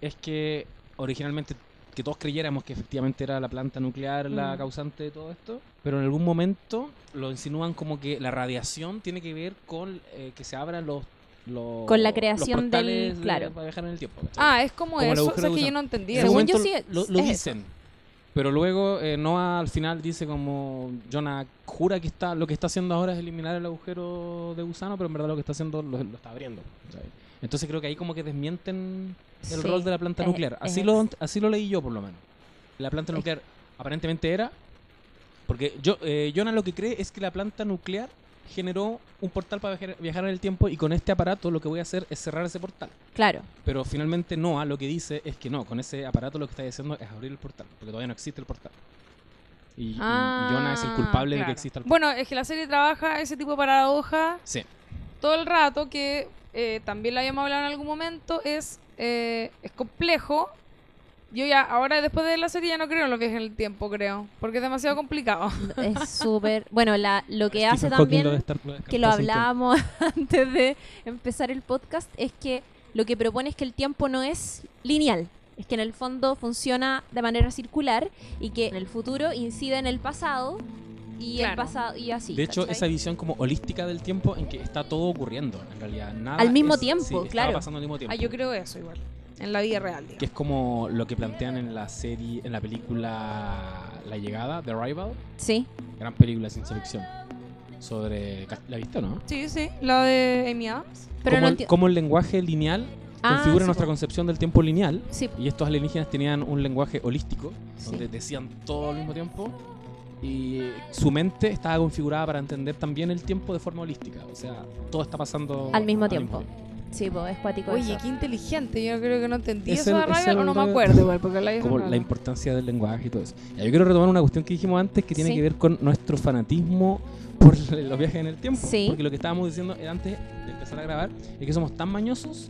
Speaker 1: es que originalmente que todos creyéramos que efectivamente era la planta nuclear la
Speaker 2: Mm.
Speaker 1: causante de todo esto, pero en algún momento lo insinúan como que la radiación tiene que ver con eh, que se abran los, los-
Speaker 3: Con la
Speaker 1: los
Speaker 3: creación del-
Speaker 1: portales de-
Speaker 3: claro.
Speaker 1: para viajar en el tiempo. ¿cachai?
Speaker 2: Ah, es como,
Speaker 1: Como el
Speaker 2: eso, o
Speaker 1: agujero
Speaker 2: sea
Speaker 1: de
Speaker 2: que yo
Speaker 1: gusano.
Speaker 2: no entendía.
Speaker 1: En
Speaker 3: Según
Speaker 1: algún
Speaker 3: yo
Speaker 1: momento
Speaker 3: sí,
Speaker 1: lo, lo
Speaker 3: es
Speaker 1: dicen. Pero luego eh, Noah al final dice como Jonah jura que está lo que está haciendo ahora es eliminar el agujero de gusano, pero en verdad lo que está haciendo lo, lo está abriendo. ¿sabes? Entonces creo que ahí como que desmienten el
Speaker 3: Sí,
Speaker 1: rol de la planta
Speaker 3: es- e-,
Speaker 1: nuclear.
Speaker 3: es
Speaker 1: Así
Speaker 3: eso.
Speaker 1: lo así lo leí yo por lo menos. La planta
Speaker 3: Es-
Speaker 1: nuclear aparentemente era porque yo eh, Jonah lo que cree es que la planta nuclear generó un portal para viajar- viajar en el tiempo y con este aparato lo que voy a hacer es cerrar ese portal.
Speaker 3: Claro,
Speaker 1: Pero finalmente Noah lo que dice es que no, con ese aparato lo que está diciendo es abrir el portal, porque todavía no existe el portal. Y, y
Speaker 2: Ah,
Speaker 1: Jonah es el culpable de que
Speaker 2: claro.
Speaker 1: exista el portal.
Speaker 2: Bueno, es que la serie trabaja ese tipo de paradoja
Speaker 1: Sí,
Speaker 2: todo el rato, que eh, también lo habíamos hablado en algún momento, es, eh, es complejo. Yo ya, ahora después de la serie ya no creo en los viajes en el tiempo, creo, porque es demasiado complicado.
Speaker 3: es súper... Bueno, la, lo que hace
Speaker 1: Stephen Hawking
Speaker 3: también...
Speaker 1: lo destar- lo descartó
Speaker 3: que lo
Speaker 1: hace un tiempo.
Speaker 3: hablábamos <laughs> antes de empezar el podcast, es que lo que propone es que el tiempo no es lineal, es que en el fondo funciona de manera circular y que en el futuro incide en el pasado y el
Speaker 2: Claro.
Speaker 3: pasado y así.
Speaker 1: De hecho,
Speaker 3: ¿cachai?
Speaker 1: esa visión como holística del tiempo en que está todo ocurriendo, en realidad. Nada
Speaker 3: Al mismo
Speaker 1: es-
Speaker 3: tiempo,
Speaker 1: sí, estaba
Speaker 3: claro.
Speaker 1: pasando al mismo tiempo.
Speaker 2: <laughs> Ah, yo creo eso igual, en la vida real. digamos.
Speaker 1: Que es como lo que plantean en la serie, en la película La Llegada, The Arrival,
Speaker 3: Sí,
Speaker 1: gran película de ciencia ficción. Sobre... ¿La viste o no?
Speaker 2: Sí, sí, la de Amy Adams.
Speaker 1: Cómo
Speaker 3: pero no Ah,
Speaker 1: el-
Speaker 3: entiendo.
Speaker 1: cómo el lenguaje lineal configura nuestra concepción del tiempo lineal
Speaker 3: Sí,
Speaker 1: Y estos alienígenas tenían un lenguaje holístico,
Speaker 3: Sí.
Speaker 1: donde decían todo al mismo tiempo. Y su mente estaba configurada para entender también el tiempo de forma holística. O sea, todo está pasando
Speaker 3: Al mismo tiempo. sí, po, es cuático
Speaker 2: Oye,
Speaker 3: eso.
Speaker 2: qué inteligente, yo creo que no entendí
Speaker 1: Es
Speaker 2: eso de
Speaker 1: el- es
Speaker 2: Rival, o
Speaker 1: el-
Speaker 2: no me acuerdo igual, porque la
Speaker 1: Como la importancia del lenguaje y todo eso. Y yo quiero retomar una cuestión que dijimos antes que tiene
Speaker 3: Sí.
Speaker 1: que ver con nuestro fanatismo por <laughs> los viajes en el tiempo.
Speaker 3: Sí.
Speaker 1: Porque lo que estábamos diciendo era antes de empezar a grabar es que somos tan mañosos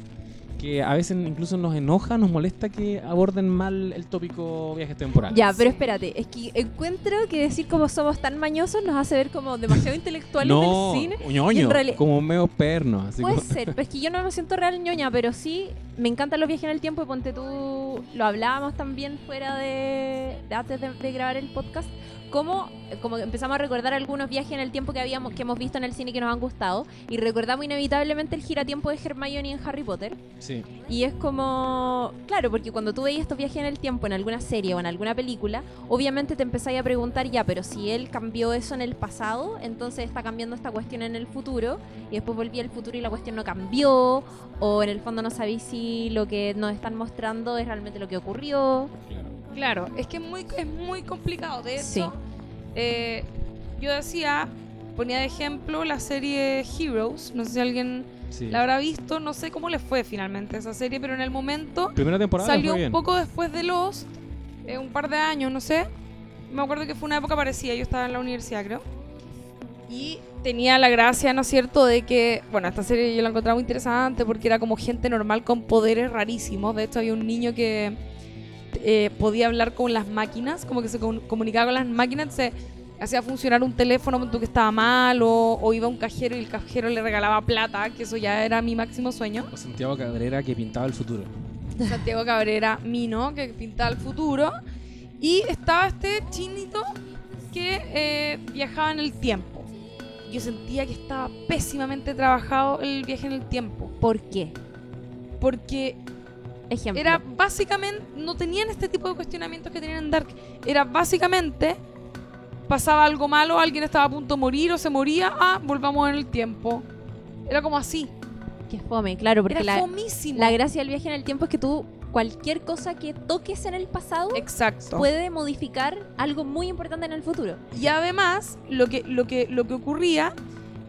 Speaker 1: que a veces incluso nos enoja, nos molesta que aborden mal el tópico viajes temporales.
Speaker 3: Ya, pero espérate, es que encuentro que decir como somos tan mañosos nos hace ver
Speaker 1: <laughs>
Speaker 3: como demasiado intelectuales
Speaker 1: no,
Speaker 3: del cine.
Speaker 1: ñoño,
Speaker 3: y en realidad-
Speaker 1: como medio perno. Así
Speaker 2: Pues,
Speaker 3: Puede
Speaker 1: como-
Speaker 3: ser, pero es que yo no me siento real ñoña, pero sí me encantan los viajes en el tiempo y ponte tú, lo hablábamos también fuera de, de antes de, de grabar el podcast, como, como que empezamos a recordar algunos viajes en el tiempo que habíamos que hemos visto en el cine que nos han gustado y recordamos inevitablemente el giratiempo de Hermione en Harry Potter
Speaker 1: Sí.
Speaker 3: y es como, claro, porque cuando tú veías estos viajes en el tiempo en alguna serie o en alguna película, obviamente te empezáis a preguntar ya, pero si él cambió eso en el pasado, entonces está cambiando esta cuestión en el futuro y después volví al futuro y la cuestión no cambió o en el fondo no sabéis si lo que nos están mostrando es realmente lo que ocurrió.
Speaker 2: Claro, es que es muy, es muy complicado. De hecho,
Speaker 3: Sí.
Speaker 2: eh, yo decía, ponía de ejemplo la serie Heroes. No sé si alguien
Speaker 1: sí.
Speaker 2: la habrá visto, no sé cómo le fue finalmente a esa serie, pero en el momento
Speaker 1: Primera temporada le
Speaker 2: salió
Speaker 1: fue
Speaker 2: un
Speaker 1: bien.
Speaker 2: poco después de Lost, eh, un par de años, no sé. Me acuerdo que fue una época parecida, yo estaba en la universidad, creo. Y tenía la gracia, ¿no es cierto?, de que, bueno, esta serie yo la encontraba muy interesante porque era como gente normal con poderes rarísimos. De hecho, había un niño que eh, podía hablar con las máquinas, como que se comun- comunicaba con las máquinas, se hacía funcionar un teléfono punto que estaba mal o, o iba a un cajero y el cajero le regalaba plata, que eso ya era mi máximo sueño.
Speaker 1: O Santiago Cabrera que pintaba el futuro.
Speaker 2: Santiago Cabrera Mino, que pintaba el futuro. Y estaba este chinito que eh, viajaba en el tiempo. Yo sentía que estaba pésimamente trabajado el viaje en el tiempo.
Speaker 3: ¿Por qué?
Speaker 2: Porque
Speaker 3: Ejemplo.
Speaker 2: era básicamente, no tenían este tipo de cuestionamientos que tenían en Dark. Era básicamente, pasaba algo malo, alguien estaba a punto de morir o se moría, ah, volvamos en el tiempo. Era como así.
Speaker 3: que fome, claro, porque
Speaker 2: era
Speaker 3: la,
Speaker 2: fomísimo.
Speaker 3: la gracia del viaje en el tiempo es que tú cualquier cosa que toques en el pasado
Speaker 2: Exacto.
Speaker 3: puede modificar algo muy importante en el futuro.
Speaker 2: Y además, lo que, lo que, lo que ocurría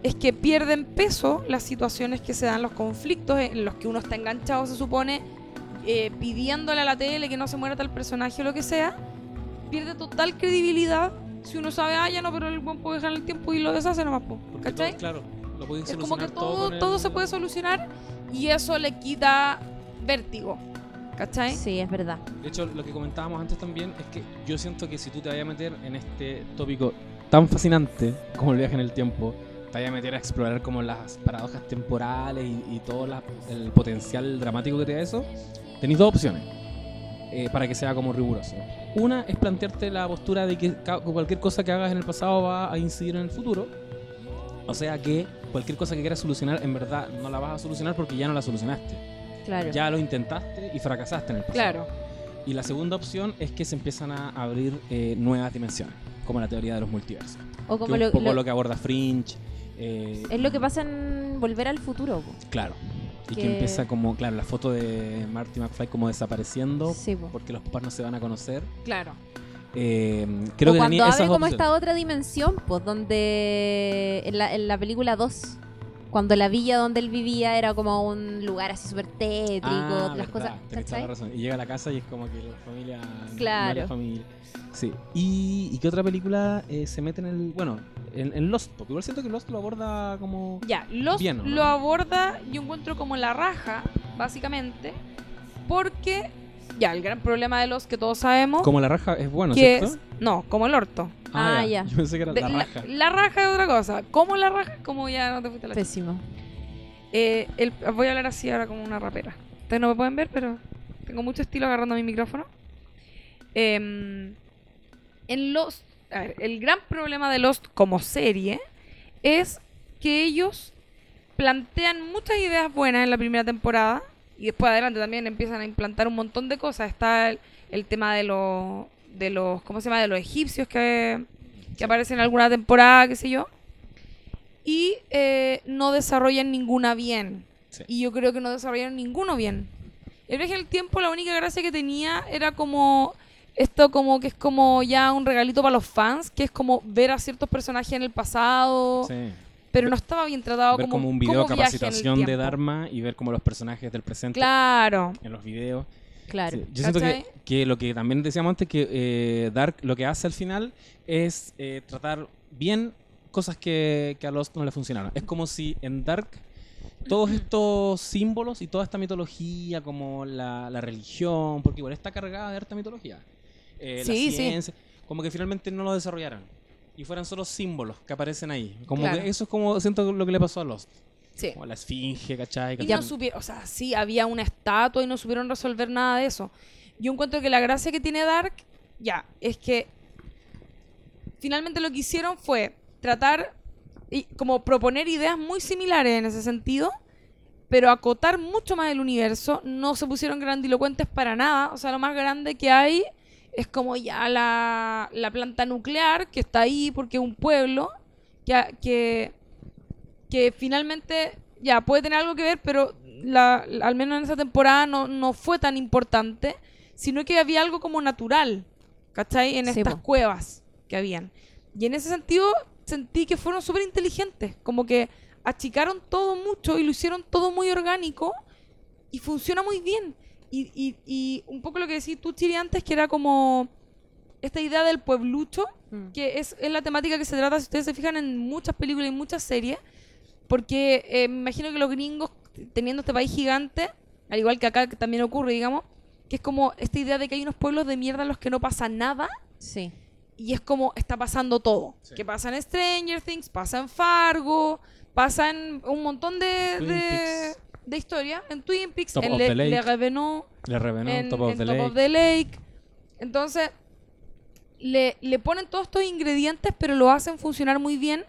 Speaker 2: es que pierden peso las situaciones que se dan, los conflictos en los que uno está enganchado, se supone, eh, pidiéndole a la tele que no se muera tal personaje o lo que sea. Pierde total credibilidad si uno sabe, ah, ya no, pero el buen puede dejar el tiempo y lo deshace nomás, po",
Speaker 1: Porque
Speaker 2: ¿cachai?
Speaker 1: todo- claro, lo podéis
Speaker 2: es como que
Speaker 1: solucionar todo
Speaker 2: todo,
Speaker 1: con el-
Speaker 2: todo se puede solucionar y eso le quita vértigo, ¿cachai?
Speaker 3: Sí, es verdad.
Speaker 1: De hecho, lo que comentábamos antes también es que yo siento que si tú te vayas a meter en este tópico tan fascinante como el viaje en el tiempo, te vayas a meter a explorar como las paradojas temporales y, y todo la- el potencial dramático que te da eso, tenéis dos opciones eh, para que sea como riguroso. Una es plantearte la postura de que ca- cualquier cosa que hagas en el pasado va a incidir en el futuro. O sea que cualquier cosa que quieras solucionar, en verdad no la vas a solucionar porque ya no la solucionaste.
Speaker 3: Claro.
Speaker 1: Ya lo intentaste y fracasaste en el pasado.
Speaker 2: Claro.
Speaker 1: Y la segunda opción es que se empiezan a abrir eh, nuevas dimensiones, como la teoría de los multiversos.
Speaker 3: O como
Speaker 1: que
Speaker 3: lo-
Speaker 1: un poco
Speaker 3: lo-
Speaker 1: lo, que aborda Fringe. eh,
Speaker 3: es lo que pasa en Volver al Futuro. po.
Speaker 1: Claro. Y que...
Speaker 3: que-
Speaker 1: empieza como, claro, la foto de Marty McFly como desapareciendo
Speaker 3: Sí, po.
Speaker 1: porque los papás no se van a conocer.
Speaker 2: Claro.
Speaker 1: Eh, creo
Speaker 3: o
Speaker 1: que
Speaker 3: cuando
Speaker 1: tenía
Speaker 3: abre
Speaker 1: esas
Speaker 3: como
Speaker 1: opciones.
Speaker 3: esta otra dimensión, pues, donde en la, en la película 2, cuando la villa donde él vivía era como un lugar así súper tétrico,
Speaker 1: Ah,
Speaker 3: las
Speaker 1: verdad,
Speaker 3: cosas,
Speaker 1: tenés toda la
Speaker 3: ¿cachai?
Speaker 1: razón. Y llega a la casa y es como que la familia. no es
Speaker 3: Claro.
Speaker 1: La familia. Sí. ¿Y, y qué otra película eh, se mete en el. Bueno, en, en Lost? Porque igual siento que Lost lo aborda como.
Speaker 2: Ya, los
Speaker 1: Bien, ¿o no?
Speaker 2: lo aborda, yo encuentro como la raja, básicamente, porque ya el gran problema de los que todos sabemos
Speaker 1: Como la raja es bueno,
Speaker 2: que
Speaker 1: ¿cierto?
Speaker 2: es no, como el orto.
Speaker 3: Ah, ya.
Speaker 1: Yo pensé que era
Speaker 2: De-
Speaker 1: la raja.
Speaker 2: la raja es otra cosa. Como la raja, como ya no te fuiste a la
Speaker 3: Pésimo.
Speaker 2: chucha. Eh, el- voy a hablar así ahora como una rapera. Ustedes no me pueden ver, pero tengo mucho estilo agarrando mi micrófono. Em, en los a ver, el gran problema de Lost como serie es que ellos plantean muchas ideas buenas en la primera temporada y después adelante también empiezan a implantar un montón de cosas. Está el, el tema de los de los ¿cómo se llama? de los egipcios que, que aparecen en alguna temporada, qué sé yo. Y eh, no desarrollan ninguna bien.
Speaker 1: Sí.
Speaker 2: Y yo creo que no desarrollaron ninguno bien. El viaje en el tiempo, la única gracia que tenía era como esto como que es como ya un regalito para los fans, que es como ver a ciertos personajes en el pasado,
Speaker 1: Sí.
Speaker 2: pero no estaba bien tratado
Speaker 1: ver
Speaker 2: como
Speaker 1: como un video
Speaker 2: como viaje en el
Speaker 1: capacitación de
Speaker 2: tiempo.
Speaker 1: Dharma y ver como los personajes del presente
Speaker 2: Claro,
Speaker 1: en los videos.
Speaker 3: Claro.
Speaker 1: Sí, Yo siento que,
Speaker 2: ¿Cachai?
Speaker 1: que lo que también decíamos antes, que eh, Dark lo que hace al final es eh, tratar bien cosas que, que a Lost no le funcionaron. Es como si en Dark todos estos símbolos y toda esta mitología, como la, la religión, porque igual está cargada de harta mitología. Eh,
Speaker 5: Sí,
Speaker 1: la
Speaker 5: sí.
Speaker 1: ciencia, como que finalmente no lo desarrollaron. Y fueran solo símbolos que aparecen ahí. Como
Speaker 5: Claro.
Speaker 1: que eso es como siento lo que le pasó a Lost.
Speaker 5: Sí.
Speaker 1: Como la esfinge, ¿cachai?
Speaker 2: Y no
Speaker 1: Cantando.
Speaker 2: supieron, o sea, sí, había una estatua y no supieron resolver nada de eso. Yo encuentro que la gracia que tiene Dark, ya, es que finalmente lo que hicieron fue tratar y como proponer ideas muy similares en ese sentido, pero acotar mucho más el universo, no se pusieron grandilocuentes para nada, o sea, lo más grande que hay es como ya la, la planta nuclear que está ahí porque es un pueblo que, que, que finalmente ya puede tener algo que ver, pero la, la- al menos en esa temporada no, no fue tan importante, sino que había algo como natural, ¿cachai? En
Speaker 5: Sí,
Speaker 2: estas
Speaker 5: po.
Speaker 2: cuevas que habían. Y en ese sentido sentí que fueron súper inteligentes, como que achicaron todo mucho y lo hicieron todo muy orgánico y funciona muy bien. Y, y- y un poco lo que decís tú, Chiri, antes, que era como esta idea del pueblucho,
Speaker 3: Mm.
Speaker 2: que es, es la temática que se trata, si ustedes se fijan, en muchas películas y muchas series, porque eh, me imagino que los gringos, t- teniendo este país gigante, al igual que acá que también ocurre, digamos, que es como esta idea de que hay unos pueblos de mierda en los que no pasa nada
Speaker 5: Sí.
Speaker 2: y es como está pasando todo.
Speaker 1: Sí.
Speaker 2: Que pasa en Stranger Things, pasa en Fargo, pasa en un montón de,
Speaker 1: Twin
Speaker 2: de,
Speaker 1: Peaks.
Speaker 2: de historia, en Twin Peaks,
Speaker 1: Top
Speaker 2: en
Speaker 1: of
Speaker 2: Le,
Speaker 1: the Lake.
Speaker 2: Le Revenant,
Speaker 1: Le revenó
Speaker 2: en,
Speaker 1: Top of
Speaker 2: en
Speaker 1: the
Speaker 2: Top
Speaker 1: Lake.
Speaker 2: of the Lake. Entonces, le, le ponen todos estos ingredientes, pero lo hacen funcionar muy bien.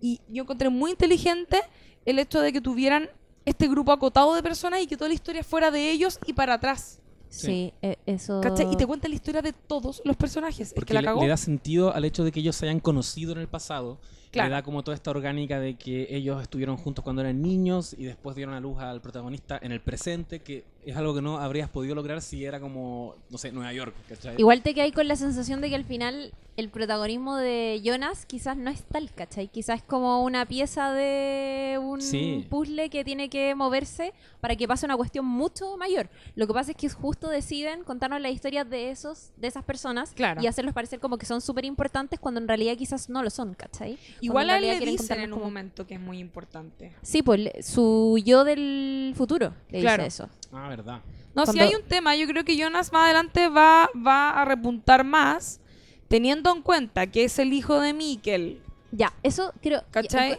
Speaker 2: Y yo encontré muy inteligente el hecho de que tuvieran este grupo acotado de personas y que toda la historia fuera de ellos y para atrás.
Speaker 3: Sí, e- eso.
Speaker 2: ¿Cachai? Y te cuenta la historia de todos los personajes. el
Speaker 1: Porque
Speaker 2: que la
Speaker 1: le-
Speaker 2: cagó.
Speaker 1: le, da sentido al hecho de que ellos se hayan conocido en el pasado.
Speaker 2: Claro.
Speaker 1: Le da como toda esta orgánica de que ellos estuvieron juntos cuando eran niños y después dieron a luz al protagonista en el presente, que es algo que no habrías podido lograr si era como, no sé, Nueva York. ¿cachai?
Speaker 3: Igual te quedas con la sensación de que al final el protagonismo de Jonas quizás no es tal, ¿cachai? Quizás es como una pieza de un
Speaker 1: Sí.
Speaker 3: puzzle que tiene que moverse para que pase una cuestión mucho mayor. Lo que pasa es que justo deciden contarnos las historias de esos, de esas personas
Speaker 2: Claro.
Speaker 3: y hacerlos parecer como que son súper importantes cuando en realidad quizás no lo son, ¿cachai?
Speaker 2: Igual
Speaker 3: Cuando en
Speaker 2: a él
Speaker 3: realidad
Speaker 2: le
Speaker 3: quieren
Speaker 2: dicen
Speaker 3: contarnos
Speaker 2: en un
Speaker 3: como-
Speaker 2: momento que es muy importante.
Speaker 3: Sí, pues le- su yo del futuro le
Speaker 2: Claro.
Speaker 3: dice eso.
Speaker 1: Ah, verdad.
Speaker 2: No, si
Speaker 3: Cuando-
Speaker 2: hay un tema, yo creo que Jonas más adelante va, va a repuntar más, teniendo en cuenta que es el hijo de Mikkel.
Speaker 3: Ya, eso creo.
Speaker 2: ¿Cachai?
Speaker 3: encu-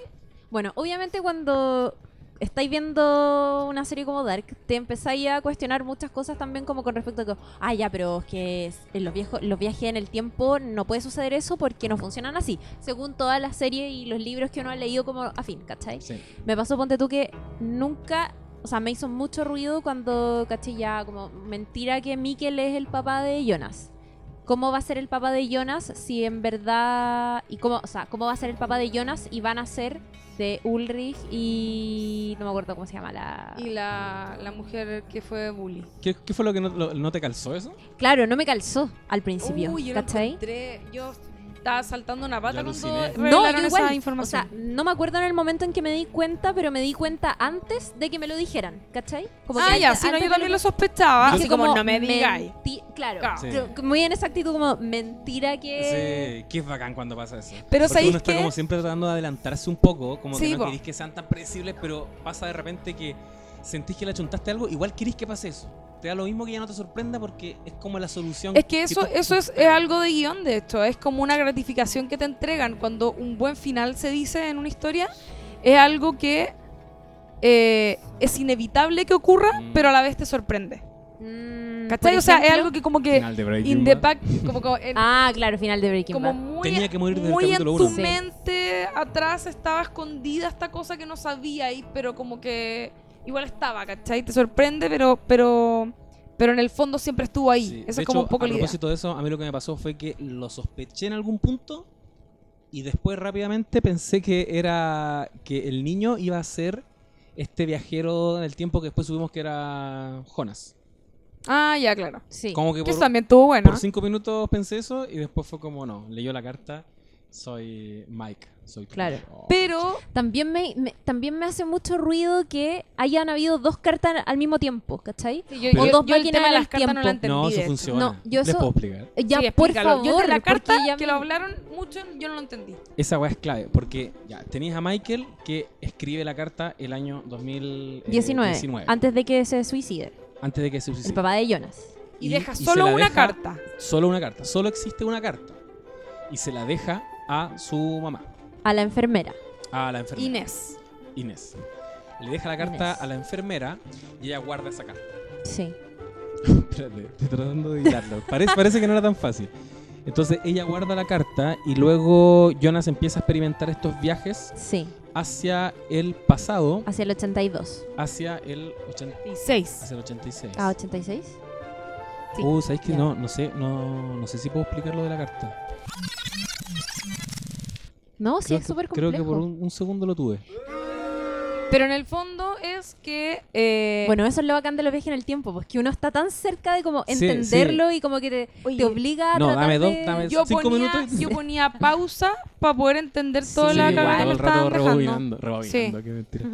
Speaker 3: Bueno, obviamente cuando estáis viendo una serie como Dark, te empezáis a cuestionar muchas cosas también como con respecto a que, ah, ya, pero es que es- en los, viejos, los viajes en el tiempo no puede suceder eso porque no funcionan así, según todas las series y los libros que uno ha leído como afín, ¿cachai?
Speaker 1: Sí.
Speaker 3: Me pasó, ponte tú, que nunca, o sea, me hizo mucho ruido cuando, caché ya, como mentira que Mikkel es el papá de Jonas. ¿Cómo va a ser el papá de Jonas si en verdad, y cómo, o sea, cómo va a ser el papá de Jonas y van a ser de Ulrich y no me acuerdo cómo se llama la...
Speaker 2: Y la, la mujer que fue bully.
Speaker 1: ¿Qué, qué fue lo que no, lo- no te calzó eso?
Speaker 3: Claro, no me calzó al principio,
Speaker 2: Uy, yo lo
Speaker 3: ¿cachai?
Speaker 2: encontré- yo estaba saltando una pata
Speaker 1: Yo
Speaker 2: cuando
Speaker 1: aluciné.
Speaker 3: No,
Speaker 2: revelaron
Speaker 3: yo
Speaker 2: esa
Speaker 3: igual.
Speaker 2: información.
Speaker 3: O sea, no me acuerdo en el momento en que me di cuenta, pero me di cuenta antes de que me lo dijeran, ¿cachai? Como
Speaker 2: ah,
Speaker 3: que
Speaker 2: ya,
Speaker 3: antes-
Speaker 2: sí, no,
Speaker 3: antes de
Speaker 2: yo también
Speaker 3: Ah, que-
Speaker 2: lo sospechaba.
Speaker 1: Yo
Speaker 2: Así
Speaker 1: sé
Speaker 2: como, no me digáis.
Speaker 3: menti- Claro,
Speaker 2: Claro.
Speaker 1: Sí.
Speaker 3: pero muy en esa actitud como mentira que...
Speaker 1: Sí, que es bacán cuando pasa eso.
Speaker 2: Eh, Pero
Speaker 1: Porque
Speaker 2: ¿sabéis
Speaker 1: uno está
Speaker 2: qué?
Speaker 1: como siempre tratando de adelantarse un poco, como
Speaker 2: Sí,
Speaker 1: que no
Speaker 2: po.
Speaker 1: querís que sean tan predecibles, pero pasa de repente que sentís que le achuntaste algo, igual querís que pase eso. Te da lo mismo que ya no te sorprenda porque es como la solución.
Speaker 2: Es que eso,
Speaker 1: tú-
Speaker 2: eso es, es algo de guión, de hecho. Es como una gratificación que te entregan cuando un buen final se dice en una historia. Es algo que eh, es inevitable que ocurra,
Speaker 1: Mm.
Speaker 2: pero a la vez te sorprende.
Speaker 3: Mm,
Speaker 2: ¿Cachai?
Speaker 3: por
Speaker 2: O sea, es
Speaker 3: ejemplo-
Speaker 2: algo que como que...
Speaker 1: de
Speaker 2: In the back, como, como, en-
Speaker 3: Ah, claro, final de Breaking
Speaker 2: como
Speaker 3: Bad.
Speaker 2: muy,
Speaker 1: Tenía que morir desde el
Speaker 2: muy en
Speaker 1: capítulo
Speaker 2: tu
Speaker 1: uno.
Speaker 3: Sí.
Speaker 2: mente atrás estaba escondida esta cosa que no sabíais, pero como que igual estaba, ¿cachai? Te sorprende, pero pero pero en el fondo siempre estuvo ahí.
Speaker 1: Sí,
Speaker 2: Eso
Speaker 1: de
Speaker 2: es como
Speaker 1: hecho,
Speaker 2: un poco
Speaker 1: a
Speaker 2: la idea.
Speaker 1: propósito de eso, a mí lo que me pasó fue que lo sospeché en algún punto y después rápidamente pensé que era que el niño iba a ser este viajero en el tiempo que después subimos que era Jonas.
Speaker 2: Ah, ya, claro.
Speaker 3: Sí.
Speaker 1: Como que
Speaker 2: Que eso
Speaker 1: por,
Speaker 2: también estuvo bueno.
Speaker 1: por cinco minutos pensé eso y después fue como no, leyó la carta Soy Mike, soy Cruz.
Speaker 3: Claro.
Speaker 1: Oh.
Speaker 2: Pero
Speaker 3: También me, me- también me hace mucho ruido que hayan habido dos cartas al mismo tiempo, ¿cachai?
Speaker 2: Sí, yo,
Speaker 1: Pero-
Speaker 2: yo-
Speaker 3: O dos
Speaker 2: yo el
Speaker 3: máquinas
Speaker 2: tema de
Speaker 3: al
Speaker 2: las cartas no
Speaker 3: tiempo.
Speaker 2: la entendí.
Speaker 1: no,
Speaker 2: de
Speaker 1: eso
Speaker 2: hecho.
Speaker 1: funciona.
Speaker 3: No, yo
Speaker 1: Les
Speaker 3: eso-
Speaker 1: puedo explicar.
Speaker 3: Eh, Ya,
Speaker 2: Sí,
Speaker 3: por
Speaker 2: explícalo.
Speaker 3: favor.
Speaker 2: Yo de la
Speaker 3: porque
Speaker 2: carta
Speaker 3: ya
Speaker 2: que
Speaker 3: me-
Speaker 2: lo hablaron mucho, yo no lo entendí.
Speaker 1: Esa weá es clave, porque ya, tenéis a Michael que escribe la carta el año 2019.
Speaker 3: 19, antes de que se suicide.
Speaker 1: antes de que se
Speaker 3: El
Speaker 1: suicide.
Speaker 3: papá de Jonas.
Speaker 2: Y,
Speaker 1: Y-
Speaker 2: deja
Speaker 1: y se
Speaker 2: solo
Speaker 1: la
Speaker 2: una
Speaker 1: deja-
Speaker 2: carta.
Speaker 1: Solo una carta, solo existe una carta. Y se la deja a su mamá,
Speaker 3: A la enfermera.
Speaker 1: a la enfermera.
Speaker 2: Inés.
Speaker 1: Inés. Le deja la carta
Speaker 3: Inés.
Speaker 1: a la enfermera y ella guarda esa carta.
Speaker 3: Sí.
Speaker 1: Espérate, estoy tratando de hilarlo. Parece, parece que no era tan fácil. Entonces ella guarda la carta y luego Jonas empieza a experimentar estos viajes
Speaker 3: Sí.
Speaker 1: hacia el pasado,
Speaker 3: Hacia el 82.
Speaker 1: hacia el, 80
Speaker 2: Y seis.
Speaker 1: hacia el 86.
Speaker 3: ¿A 86?
Speaker 2: sí,
Speaker 1: Uh, ¿sabéis que
Speaker 3: Ah, ya.
Speaker 1: no? No sé, no, no sé si puedo explicar lo de la carta.
Speaker 3: No, sí,
Speaker 1: Creo
Speaker 3: es
Speaker 1: que-
Speaker 3: súper
Speaker 1: Creo
Speaker 3: complejo.
Speaker 1: que por un, un segundo lo tuve.
Speaker 2: Pero en el fondo es que. eh,
Speaker 3: Bueno, eso es lo bacán de los viajes en el tiempo, pues que uno está tan cerca de como
Speaker 1: Sí, sí.
Speaker 3: entenderlo y como que te,
Speaker 2: Oye.
Speaker 3: te obliga a
Speaker 1: No,
Speaker 3: tratar
Speaker 1: dame dos,
Speaker 3: de-
Speaker 1: dame-
Speaker 2: yo
Speaker 1: cinco
Speaker 2: ponía,
Speaker 1: minutos y-
Speaker 2: yo ponía pausa para poder entender toda
Speaker 3: Sí,
Speaker 2: la
Speaker 3: igual,
Speaker 2: cagada que
Speaker 1: todo
Speaker 2: me
Speaker 1: el rato
Speaker 2: estaban
Speaker 1: rebobinando,
Speaker 2: dejando.
Speaker 1: rebobinando, qué mentira.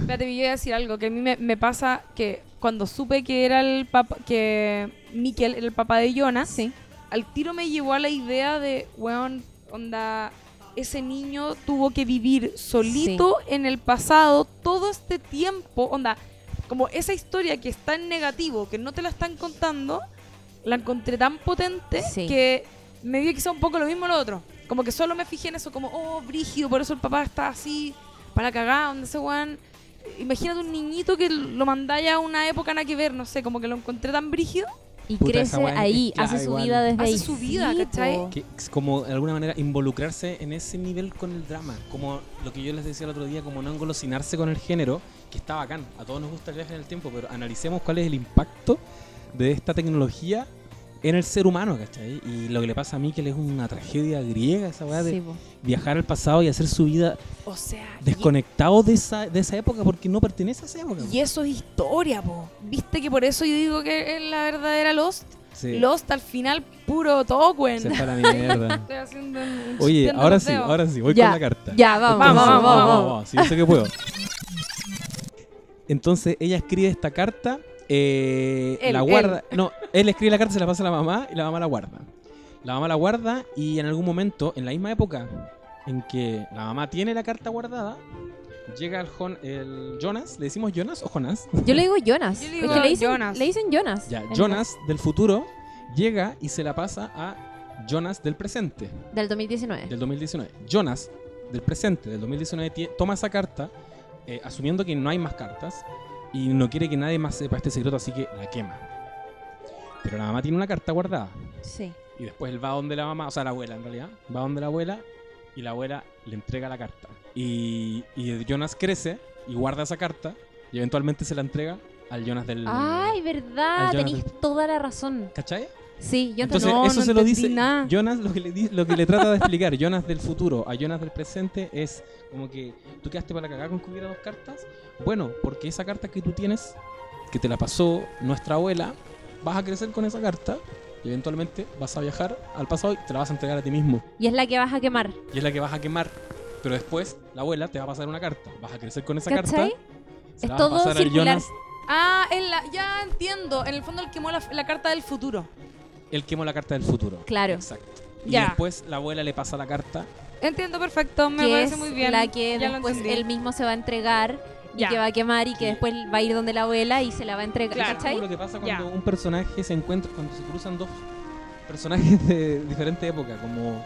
Speaker 2: Espérate, yo iba a decir algo que a mí me, me pasa que cuando supe que era el papá, que Miquel era el papá de Jonas,
Speaker 3: Sí.
Speaker 2: al tiro me llegó a la idea de, weón, onda, ese niño tuvo que vivir solito en el pasado todo este tiempo, onda, como esa historia que está en negativo, que no te la están contando, la encontré tan potente
Speaker 3: Sí.
Speaker 2: que me dio quizá un poco lo mismo lo otro. Como que solo me fijé en eso, como, oh, brígido, por eso el papá está así, para cagar, onda ese weón. Imagínate un niñito que lo mandáis a una época nada que ver, no sé, como que lo encontré tan brígido.
Speaker 3: Y
Speaker 1: Puta,
Speaker 3: crece
Speaker 1: esa weá es
Speaker 3: ahí,
Speaker 1: clave
Speaker 3: hace su
Speaker 1: igual.
Speaker 3: vida desde
Speaker 2: Hace
Speaker 3: ahí.
Speaker 2: su vida,
Speaker 3: Sí,
Speaker 2: ¿cachai?
Speaker 3: po.
Speaker 1: que es como de alguna manera involucrarse en ese nivel con el drama, como lo que yo les decía el otro día, como no engolosinarse con el género, que está bacán, a todos nos gusta el viaje en el tiempo, pero analicemos cuál es el impacto de esta tecnología en el ser humano, ¿cachai? Y lo que le pasa a Mikel es una tragedia griega, esa weá de
Speaker 3: Sí, po.
Speaker 1: viajar al pasado y hacer su vida
Speaker 2: O sea, y-
Speaker 1: desconectado de esa, de esa época porque no pertenece a esa época.
Speaker 2: Y eso es historia, po. Viste que por eso yo digo que es la verdadera Lost.
Speaker 1: Sí,
Speaker 2: Lost al final, puro Tokwen.
Speaker 1: se fue a la mierda.
Speaker 2: Estoy haciendo un
Speaker 1: Oye,
Speaker 2: chiste
Speaker 1: ahora
Speaker 2: en
Speaker 1: sí,
Speaker 2: los dedos.
Speaker 1: ahora sí, voy
Speaker 3: Ya,
Speaker 1: con la carta.
Speaker 3: Ya, vamos,
Speaker 2: Vamos,
Speaker 3: vamos,
Speaker 1: Entonces,
Speaker 3: vamos.
Speaker 2: vamos,
Speaker 1: Sí, yo sé que puedo. Entonces ella escribe esta carta, eh,
Speaker 2: Él,
Speaker 1: la guarda. No, él escribe la carta, se la pasa a la mamá y la mamá la guarda. La mamá la guarda y en algún momento, en la misma época en que la mamá tiene la carta guardada, llega el, Jon- el Jonas, ¿le decimos Jonas o Jonas?
Speaker 3: Yo le digo Jonas.
Speaker 2: Yo le
Speaker 3: es
Speaker 2: digo
Speaker 3: que le dicen
Speaker 2: Jonas.
Speaker 3: le dicen Jonas.
Speaker 1: Ya,
Speaker 3: En-
Speaker 1: Jonas del futuro llega y se la pasa a Jonas del presente.
Speaker 3: Del 2019.
Speaker 1: del 2019. Jonas, del presente, del 2019, tie- toma esa carta, eh, asumiendo que no hay más cartas, y no quiere que nadie más sepa este secreto, así que la quema. Pero la mamá tiene una carta guardada.
Speaker 3: Sí.
Speaker 1: Y después él va donde la mamá, o sea, la abuela en realidad, va donde la abuela y la abuela le entrega la carta. Y, y Jonas crece y guarda esa carta y eventualmente se la entrega al Jonas del...
Speaker 3: Ay,
Speaker 1: Al
Speaker 3: verdad,
Speaker 1: Jonas
Speaker 3: tenéis toda la razón.
Speaker 1: ¿Cachai?
Speaker 3: Sí, yo
Speaker 1: Entonces,
Speaker 3: no,
Speaker 1: eso
Speaker 3: no
Speaker 1: se lo
Speaker 3: entendí
Speaker 1: dice
Speaker 3: nada.
Speaker 1: Jonas, lo que, le, di- lo que le trata de explicar Jonas del futuro a Jonas del presente es como que tú quedaste para la cagada con que hubiera dos cartas. Bueno, porque esa carta que tú tienes, que te la pasó nuestra abuela, vas a crecer con esa carta y eventualmente vas a viajar al pasado y te la vas a entregar a ti mismo.
Speaker 3: Y es la que vas a quemar.
Speaker 1: Y es la que vas a quemar. Pero después la abuela te va a pasar una carta. Vas a crecer con esa
Speaker 3: ¿Cachai?
Speaker 1: carta. se
Speaker 3: Es
Speaker 1: la vas a
Speaker 3: todo
Speaker 1: pasar al
Speaker 3: circular.
Speaker 1: Jonas.
Speaker 2: Ah, en la- ya entiendo. En el fondo él quemó la, la carta del futuro.
Speaker 1: Él quemó la carta del futuro.
Speaker 3: Claro.
Speaker 1: Exacto. Y
Speaker 2: Ya.
Speaker 1: después la abuela le pasa la carta
Speaker 2: Entiendo perfecto, me
Speaker 3: que
Speaker 2: parece
Speaker 3: es
Speaker 2: muy bien.
Speaker 3: la que
Speaker 2: Ya lo
Speaker 3: después
Speaker 2: entendí.
Speaker 3: él mismo se va a entregar y
Speaker 2: Ya.
Speaker 3: que va a quemar y que
Speaker 1: Sí.
Speaker 3: después va a ir donde la abuela y se la va a entregar.
Speaker 2: Claro.
Speaker 1: Es como
Speaker 3: ¿Cachai?
Speaker 1: lo que pasa
Speaker 2: Ya.
Speaker 1: cuando un personaje se encuentra, cuando se cruzan dos personajes de diferente época, como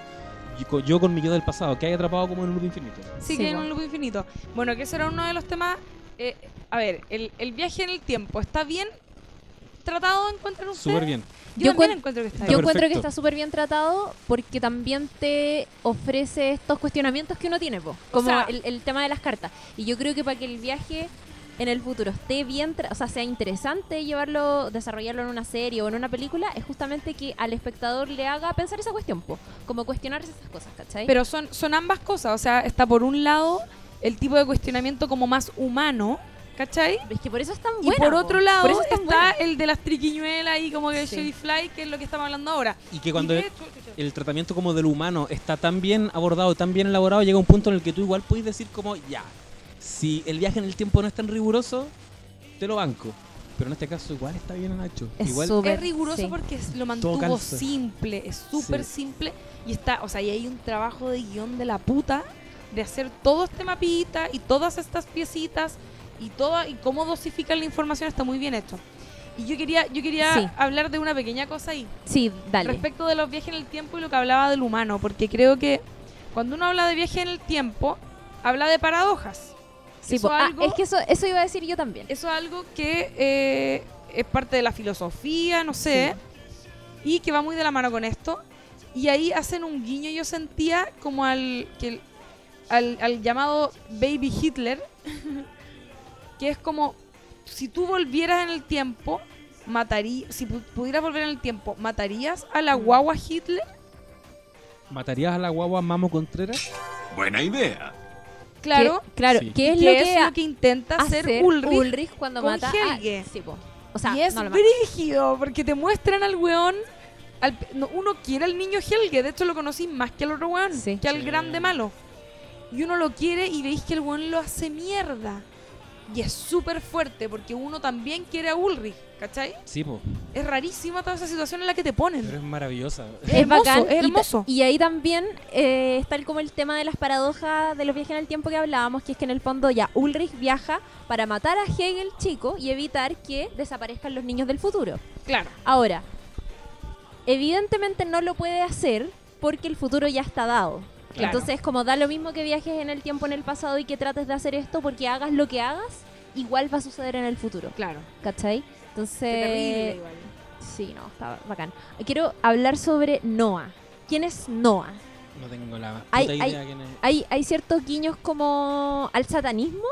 Speaker 1: yo co- yo con mi yo del pasado, que hay atrapado como en un loop infinito.
Speaker 2: Sí,
Speaker 3: Sí,
Speaker 2: que en
Speaker 3: po.
Speaker 2: un loop infinito. Bueno, que ese era uno de los temas. eh, a ver, el, el viaje en el tiempo, ¿está bien tratado? ¿Encuentran ustedes?
Speaker 1: Súper bien.
Speaker 2: Yo,
Speaker 3: Yo
Speaker 2: también
Speaker 3: cuen-
Speaker 2: encuentro que está
Speaker 1: Yo
Speaker 3: Yo
Speaker 2: bien.
Speaker 3: encuentro que
Speaker 1: perfecto.
Speaker 3: está súper bien tratado porque también te ofrece estos cuestionamientos que uno tiene, po, como
Speaker 2: sea-
Speaker 3: el, el tema de las cartas. Y yo creo que para que el viaje en el futuro esté bien, tra- o sea, sea interesante llevarlo, desarrollarlo en una serie o en una película, es justamente que al espectador le haga pensar esa cuestión, po, como cuestionarse esas cosas, ¿cachai?
Speaker 2: Pero son, son ambas cosas, o sea, está por un lado el tipo de cuestionamiento como más humano ¿Cachai?
Speaker 3: Es que por eso es tan
Speaker 2: Y
Speaker 3: buena.
Speaker 2: por
Speaker 3: po.
Speaker 2: otro lado
Speaker 3: eso es tan
Speaker 2: está
Speaker 3: buena.
Speaker 2: el de las triquiñuelas y como que el
Speaker 3: Sí.
Speaker 2: Shady Fly, que es lo que estamos hablando ahora.
Speaker 1: Y que cuando
Speaker 2: Y
Speaker 1: el,
Speaker 2: de hecho-
Speaker 1: el tratamiento como del humano está tan bien abordado, tan bien elaborado, llega un punto en el que tú igual puedes decir como, ya, si el viaje en el tiempo no es tan riguroso, te lo banco. Pero en este caso igual está bien Nacho.
Speaker 3: Es
Speaker 1: igual
Speaker 3: súper,
Speaker 2: es riguroso
Speaker 3: sí.
Speaker 2: porque es- lo
Speaker 1: Todo
Speaker 2: mantuvo
Speaker 1: calza.
Speaker 2: simple, es súper simple y está, o sea, y hay un trabajo de guión de la puta de hacer todo este mapita y todas estas piecitas y toda y cómo dosificar la información está muy bien hecho. Y yo quería yo quería
Speaker 3: Sí.
Speaker 2: hablar de una pequeña cosa ahí
Speaker 3: Sí, dale.
Speaker 2: respecto de los viajes en el tiempo y lo que hablaba del humano, porque creo que cuando uno habla de viaje en el tiempo habla de paradojas.
Speaker 3: Sí,
Speaker 2: eso
Speaker 3: po. Ah,
Speaker 2: algo-
Speaker 3: es que eso, eso iba a decir yo también.
Speaker 2: Eso es algo que eh, es parte de la filosofía, no sé, y que va muy de la mano con esto. Y ahí hacen un guiño, yo sentía como al, que, el- al, al llamado Baby
Speaker 3: <laughs>
Speaker 2: Hitler, que es como, si tú volvieras en el tiempo, matarí, si pu- pudieras volver en el tiempo, ¿matarías a
Speaker 3: Mm.
Speaker 2: la guagua Hitler?
Speaker 1: ¿Matarías a la guagua Mamo Contreras?
Speaker 5: Buena idea.
Speaker 2: Claro,
Speaker 3: Que- claro,
Speaker 1: Sí.
Speaker 3: que es
Speaker 2: que
Speaker 3: lo que, ha-
Speaker 2: intenta hacer,
Speaker 3: hacer
Speaker 2: Ulrich.
Speaker 3: cuando
Speaker 2: con
Speaker 3: mata
Speaker 2: Helge.
Speaker 3: a sí, po. O sea,
Speaker 2: y es
Speaker 3: no lo mata.
Speaker 2: brígido, porque te muestran al weón. al- no, uno quiere al niño Helge, de hecho lo conocí más que al otro weón,
Speaker 3: Sí.
Speaker 2: que al
Speaker 1: Sí.
Speaker 2: grande malo. Y uno lo quiere y veis que el weón lo hace mierda. Y es súper fuerte, porque uno también quiere a Ulrich, ¿cachai?
Speaker 1: Sí, po,
Speaker 2: Es rarísima toda esa situación en la que te ponen.
Speaker 1: pero es maravillosa.
Speaker 3: ¿Eh?
Speaker 2: Es hermoso, es
Speaker 3: y ta-
Speaker 2: hermoso.
Speaker 3: Y, ahí también eh, está el- como el tema de las paradojas de los viajes en el tiempo que hablábamos, que es que en el fondo ya Ulrich viaja para matar a Hegel chico y evitar que desaparezcan los niños del futuro.
Speaker 2: Claro.
Speaker 3: Ahora, evidentemente no lo puede hacer porque el futuro ya está dado.
Speaker 2: Claro.
Speaker 3: Entonces, como da lo mismo que viajes en el tiempo en el pasado y que trates de hacer esto, porque hagas lo que hagas, igual va a suceder en el futuro.
Speaker 2: Claro.
Speaker 3: ¿Cachai? Entonces,
Speaker 2: Qué terrible, igual.
Speaker 3: sí, no, está bacán. Quiero hablar sobre Noah. ¿Quién es Noah?
Speaker 1: No tengo la puta
Speaker 3: Hay-
Speaker 1: idea
Speaker 3: hay-
Speaker 1: quién es.
Speaker 3: Hay, hay ciertos guiños como al satanismo.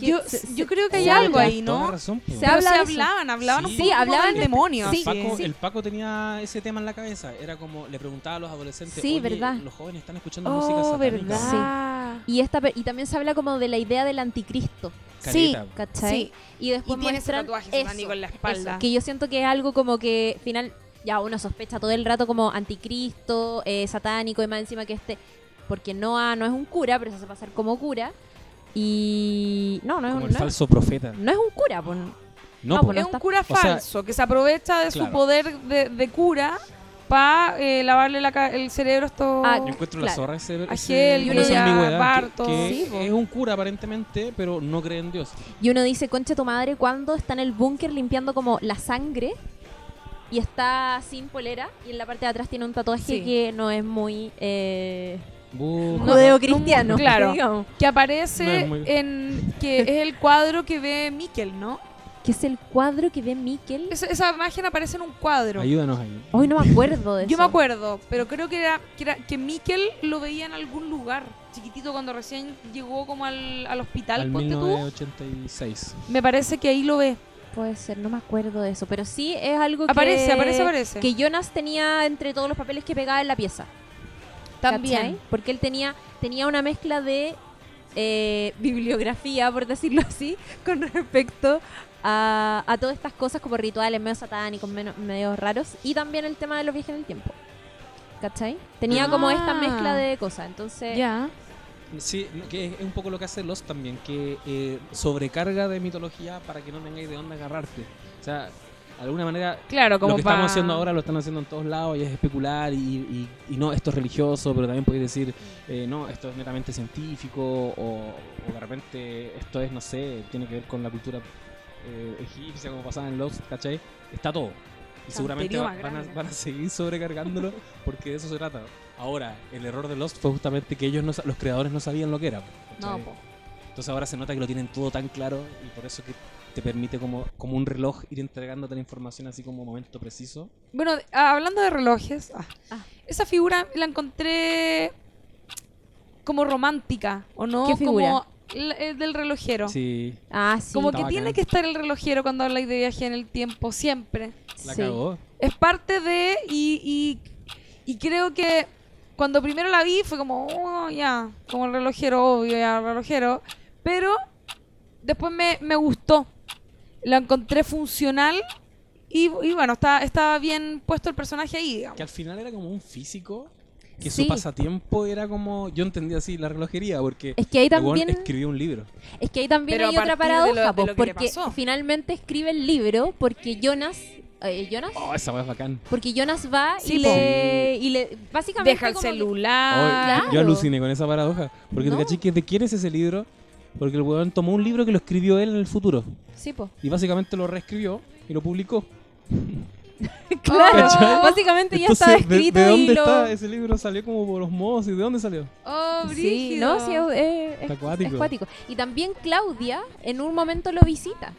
Speaker 3: que
Speaker 2: Yo,
Speaker 3: se- se-
Speaker 2: yo creo que hay
Speaker 1: Oh,
Speaker 2: algo
Speaker 1: tenés
Speaker 2: ahí,
Speaker 1: toda la
Speaker 2: ¿no?
Speaker 1: razón, po.
Speaker 3: Se
Speaker 2: Pero
Speaker 3: habla
Speaker 2: se
Speaker 3: de eso.
Speaker 2: hablaban, hablaban
Speaker 1: Sí.
Speaker 2: un poco
Speaker 3: Sí,
Speaker 2: como
Speaker 3: hablaban
Speaker 2: del
Speaker 3: de-
Speaker 2: demonio.
Speaker 3: sí,
Speaker 1: Paco-
Speaker 3: sí.
Speaker 1: El Paco tenía ese tema en la cabeza. Era como, le preguntaba a los adolescentes,
Speaker 3: Sí,
Speaker 1: "Oye,
Speaker 3: verdad.
Speaker 1: los jóvenes están escuchando música
Speaker 2: Oh,
Speaker 1: satánica.
Speaker 2: verdad.
Speaker 3: Y, esta, pe- y también se habla como de la idea del anticristo,
Speaker 1: Caleta, po.
Speaker 3: ¿cachai?
Speaker 2: Sí.
Speaker 3: Y después
Speaker 2: Y tiene ese
Speaker 3: muestran
Speaker 2: tatuaje
Speaker 3: eso,
Speaker 2: satánico en la espalda.
Speaker 3: eso, que yo siento que es algo como que final ya uno sospecha todo el rato como anticristo, eh, satánico y más encima que este porque Noah no es un cura, pero se hace pasar como cura y no, no es,
Speaker 1: Como
Speaker 3: un,
Speaker 1: el
Speaker 3: no, es-
Speaker 1: falso profeta.
Speaker 3: no es un cura, pues.
Speaker 1: No,
Speaker 3: No,
Speaker 1: po.
Speaker 3: pues,
Speaker 2: es un
Speaker 3: está-
Speaker 2: cura
Speaker 1: o sea,
Speaker 2: falso que se aprovecha de su
Speaker 1: claro.
Speaker 2: poder de, de cura para lavarle la ca- el cerebro a estos.
Speaker 3: Ah,
Speaker 1: Yo encuentro la
Speaker 3: Claro.
Speaker 1: zorra ese,
Speaker 2: A
Speaker 1: ese-
Speaker 2: Hel,
Speaker 1: como
Speaker 3: Yuri,
Speaker 1: esa
Speaker 3: a
Speaker 1: ambigüedad,
Speaker 2: Barto.
Speaker 1: que,
Speaker 3: Sí, po.
Speaker 1: que es un cura aparentemente, pero no cree en Dios.
Speaker 3: Y uno dice, "Concha tu madre, cuando está en el búnker limpiando como la sangre?" Y está sin polera y en la parte de atrás tiene un tatuaje
Speaker 2: Sí.
Speaker 3: que no es muy eh,
Speaker 1: Bu-
Speaker 2: No,
Speaker 3: judeocristiano,
Speaker 2: no, claro.
Speaker 3: digamos.
Speaker 2: que
Speaker 1: No
Speaker 2: aparece
Speaker 1: es muy-
Speaker 2: en.
Speaker 1: <laughs>
Speaker 2: que es el cuadro que ve Miquel, ¿no?
Speaker 3: Que es el cuadro que ve Miquel.
Speaker 2: Esa- esa imagen aparece en un cuadro.
Speaker 1: Ayúdanos ahí.
Speaker 3: Hoy
Speaker 2: <laughs>
Speaker 3: no me acuerdo de eso.
Speaker 2: Yo me acuerdo, pero creo que era, que era- que Miquel lo veía en algún lugar, chiquitito, cuando recién llegó como al, al hospital,
Speaker 1: Al
Speaker 2: ponte tú.
Speaker 1: 1986.
Speaker 2: Me parece que ahí lo ve.
Speaker 3: Puede ser, no me acuerdo de eso, pero sí es algo que...
Speaker 2: Aparece, aparece, aparece.
Speaker 3: Que Jonas tenía entre todos los papeles que pegaba en la pieza. ¿cachai? Porque él tenía, tenía una mezcla de eh, bibliografía, por decirlo así, <laughs> con respecto a, a todas estas cosas como rituales medio satánicos, medio, medio raros, y también el tema de los viajes en el tiempo. ¿Cachai? Tenía como esta
Speaker 2: Ah.
Speaker 3: mezcla de cosas, entonces...
Speaker 2: Ya.
Speaker 1: Sí, no, que es, es un poco lo que hace Lost también, que eh, sobrecarga de mitología para que no tengáis de dónde agarrarte. O sea, de alguna manera,
Speaker 2: Claro, como
Speaker 1: lo que
Speaker 2: pa-
Speaker 1: estamos haciendo ahora lo están haciendo en todos lados y es especular y, y- y no, esto es religioso, pero también podéis decir, eh, no, esto es netamente científico o, o de repente esto es, no sé, tiene que ver con la cultura eh, egipcia, como pasaba en Lost, ¿cachai? Está todo. Y seguramente va-
Speaker 2: Santerío más
Speaker 1: van, a,
Speaker 2: grande.
Speaker 1: van a seguir sobrecargándolo porque de eso se trata. Ahora, el error de Lost fue justamente que ellos no sa- los creadores no sabían lo que era.
Speaker 2: No,
Speaker 1: ¿cachai?
Speaker 2: po.
Speaker 1: Entonces ahora se nota que lo tienen todo tan claro y por eso que te permite como, como un reloj ir entregándote la información así como momento preciso.
Speaker 2: Bueno, de- ah, hablando de relojes, ah,
Speaker 3: Ah.
Speaker 2: esa figura la encontré como romántica, ¿o no?
Speaker 3: ¿Qué figura?
Speaker 2: Como la- el del relojero.
Speaker 1: Sí,
Speaker 3: Ah, sí.
Speaker 2: como que
Speaker 1: está bacán.
Speaker 2: tiene que estar el relojero cuando habláis de viaje en el tiempo, siempre.
Speaker 1: la
Speaker 3: sí.
Speaker 1: cagó.
Speaker 2: Es parte de, y, y, y creo que cuando primero la vi fue como, oh, ya, como el relojero, obvio, ya, el relojero. Pero después me, me gustó. La encontré funcional y, y bueno, está, estaba bien puesto el personaje ahí, digamos.
Speaker 1: Que al final era como un físico. Que
Speaker 3: Sí.
Speaker 1: su pasatiempo era como. Yo entendía así la relojería, porque.
Speaker 3: Es que ahí
Speaker 1: el weón
Speaker 3: también...
Speaker 1: escribió un libro.
Speaker 3: Es que ahí también
Speaker 2: Pero
Speaker 3: hay
Speaker 2: a
Speaker 3: otra
Speaker 2: partir de lo-
Speaker 3: paradoja,
Speaker 2: de
Speaker 3: po,
Speaker 2: lo que le
Speaker 3: porque
Speaker 2: pasó.
Speaker 3: finalmente escribe el libro porque Jonas... eh, ¿Jonas?
Speaker 1: Oh, esa weá es bacán.
Speaker 3: Porque Jonas va
Speaker 2: Sí,
Speaker 3: y,
Speaker 2: po.
Speaker 3: le, y le... Básicamente...
Speaker 2: Deja el
Speaker 3: como que-
Speaker 2: celular.
Speaker 1: Oh,
Speaker 3: Ah, claro.
Speaker 1: Yo aluciné con esa paradoja. Porque
Speaker 3: No.
Speaker 1: te caché que de quién es ese libro. Porque el weón tomó un libro que lo escribió él en el futuro.
Speaker 3: Sí,
Speaker 2: <laughs>
Speaker 3: po.
Speaker 1: Y básicamente lo reescribió y lo publicó.
Speaker 3: Claro.
Speaker 1: ¿Cachai?
Speaker 3: Oh, Básicamente ya
Speaker 1: Entonces,
Speaker 3: estaba
Speaker 1: ¿de-
Speaker 3: escrito
Speaker 1: ¿de, dónde
Speaker 3: y lo...
Speaker 1: está ese libro? Salió como por los modos. ¿Y de dónde salió?
Speaker 2: Oh,
Speaker 3: Sí,
Speaker 2: brígido.
Speaker 3: no, sí, es, es-
Speaker 1: Está
Speaker 3: es
Speaker 1: acuático.
Speaker 3: cuático. Y también Claudia en un momento lo visita.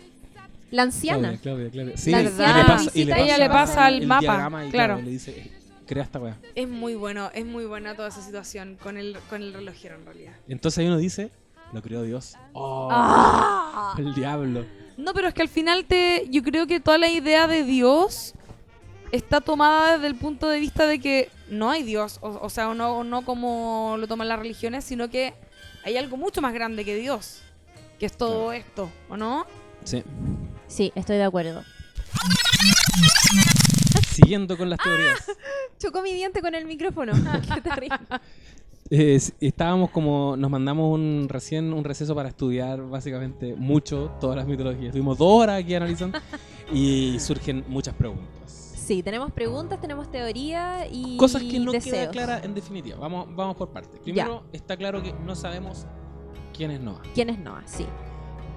Speaker 3: La anciana.
Speaker 1: Claudia, Claudia, Claudia. Sí,
Speaker 3: La
Speaker 1: y
Speaker 3: anciana
Speaker 1: y
Speaker 3: visita
Speaker 2: ella le pasa al
Speaker 1: el
Speaker 2: mapa,
Speaker 1: diagrama y
Speaker 2: claro.
Speaker 1: Le dice, crea esta weá.
Speaker 2: Es muy bueno, es muy buena toda esa situación con el, con el relojero en realidad.
Speaker 1: Entonces ahí uno dice, lo creó Dios. Oh,
Speaker 3: ¡Ah!
Speaker 1: el diablo.
Speaker 2: No, pero es que al final te, yo creo que toda la idea de Dios está tomada desde el punto de vista de que no hay Dios, o, o sea, o no, o no como lo toman las religiones, sino que hay algo mucho más grande que Dios, que es todo esto, ¿o no?
Speaker 1: Sí.
Speaker 3: Sí, estoy de acuerdo.
Speaker 1: Siguiendo con las teorías.
Speaker 3: Chocó mi diente con el micrófono. Qué terrible.
Speaker 1: Eh, s- estábamos como, nos mandamos un recién un receso para estudiar básicamente mucho todas las mitologías. Estuvimos dos horas aquí analizando y surgen muchas preguntas.
Speaker 3: Sí, tenemos preguntas, tenemos teoría y
Speaker 1: Cosas que no queda
Speaker 3: deseos.
Speaker 1: clara en definitiva. Vamos, vamos por partes. Primero, está claro que no sabemos quién es Noah.
Speaker 3: ¿Quién es Noah? Sí.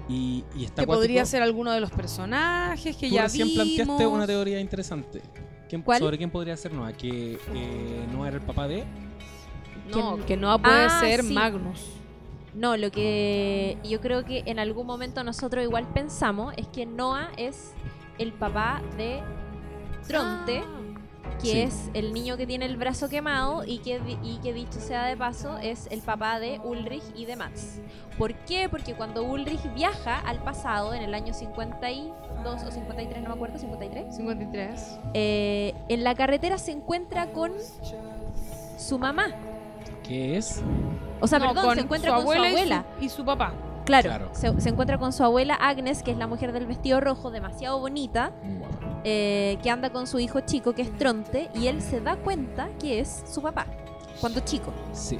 Speaker 1: Y, y está
Speaker 2: Que
Speaker 1: acuático.
Speaker 2: podría ser alguno de los personajes que
Speaker 1: Tú
Speaker 2: ya
Speaker 1: recién
Speaker 2: vimos.
Speaker 1: planteaste una teoría interesante. ¿Quién-
Speaker 3: ¿Cuál?
Speaker 1: ¿Sobre quién podría ser Noah? Que eh, Noah era el papá de...
Speaker 2: No,
Speaker 3: ¿Quién?
Speaker 2: que no puede
Speaker 3: Ah,
Speaker 2: ser
Speaker 3: sí.
Speaker 2: Magnus.
Speaker 3: No, lo que yo creo que en algún momento nosotros igual pensamos es que Noah es el papá de Tronte, que
Speaker 1: Sí.
Speaker 3: es el niño que tiene el brazo quemado y que, di- y que dicho sea de paso es el papá de Ulrich y de Max. ¿Por qué? Porque cuando Ulrich viaja al pasado en el año 52 o 53, no me acuerdo, 53,
Speaker 2: 53.
Speaker 3: eh, en la carretera se encuentra con su mamá.
Speaker 1: ¿Qué es?
Speaker 3: O sea, perdón, se encuentra con su
Speaker 2: y
Speaker 3: abuela.
Speaker 2: y su papá.
Speaker 3: Claro,
Speaker 1: Claro.
Speaker 3: Se, se encuentra con su abuela Agnes, que es la mujer del vestido rojo, demasiado bonita,
Speaker 1: Muy guapa.
Speaker 3: eh, que anda con su hijo chico, que es Tronte, y él se da cuenta que es su papá, cuando chico.
Speaker 1: Sí.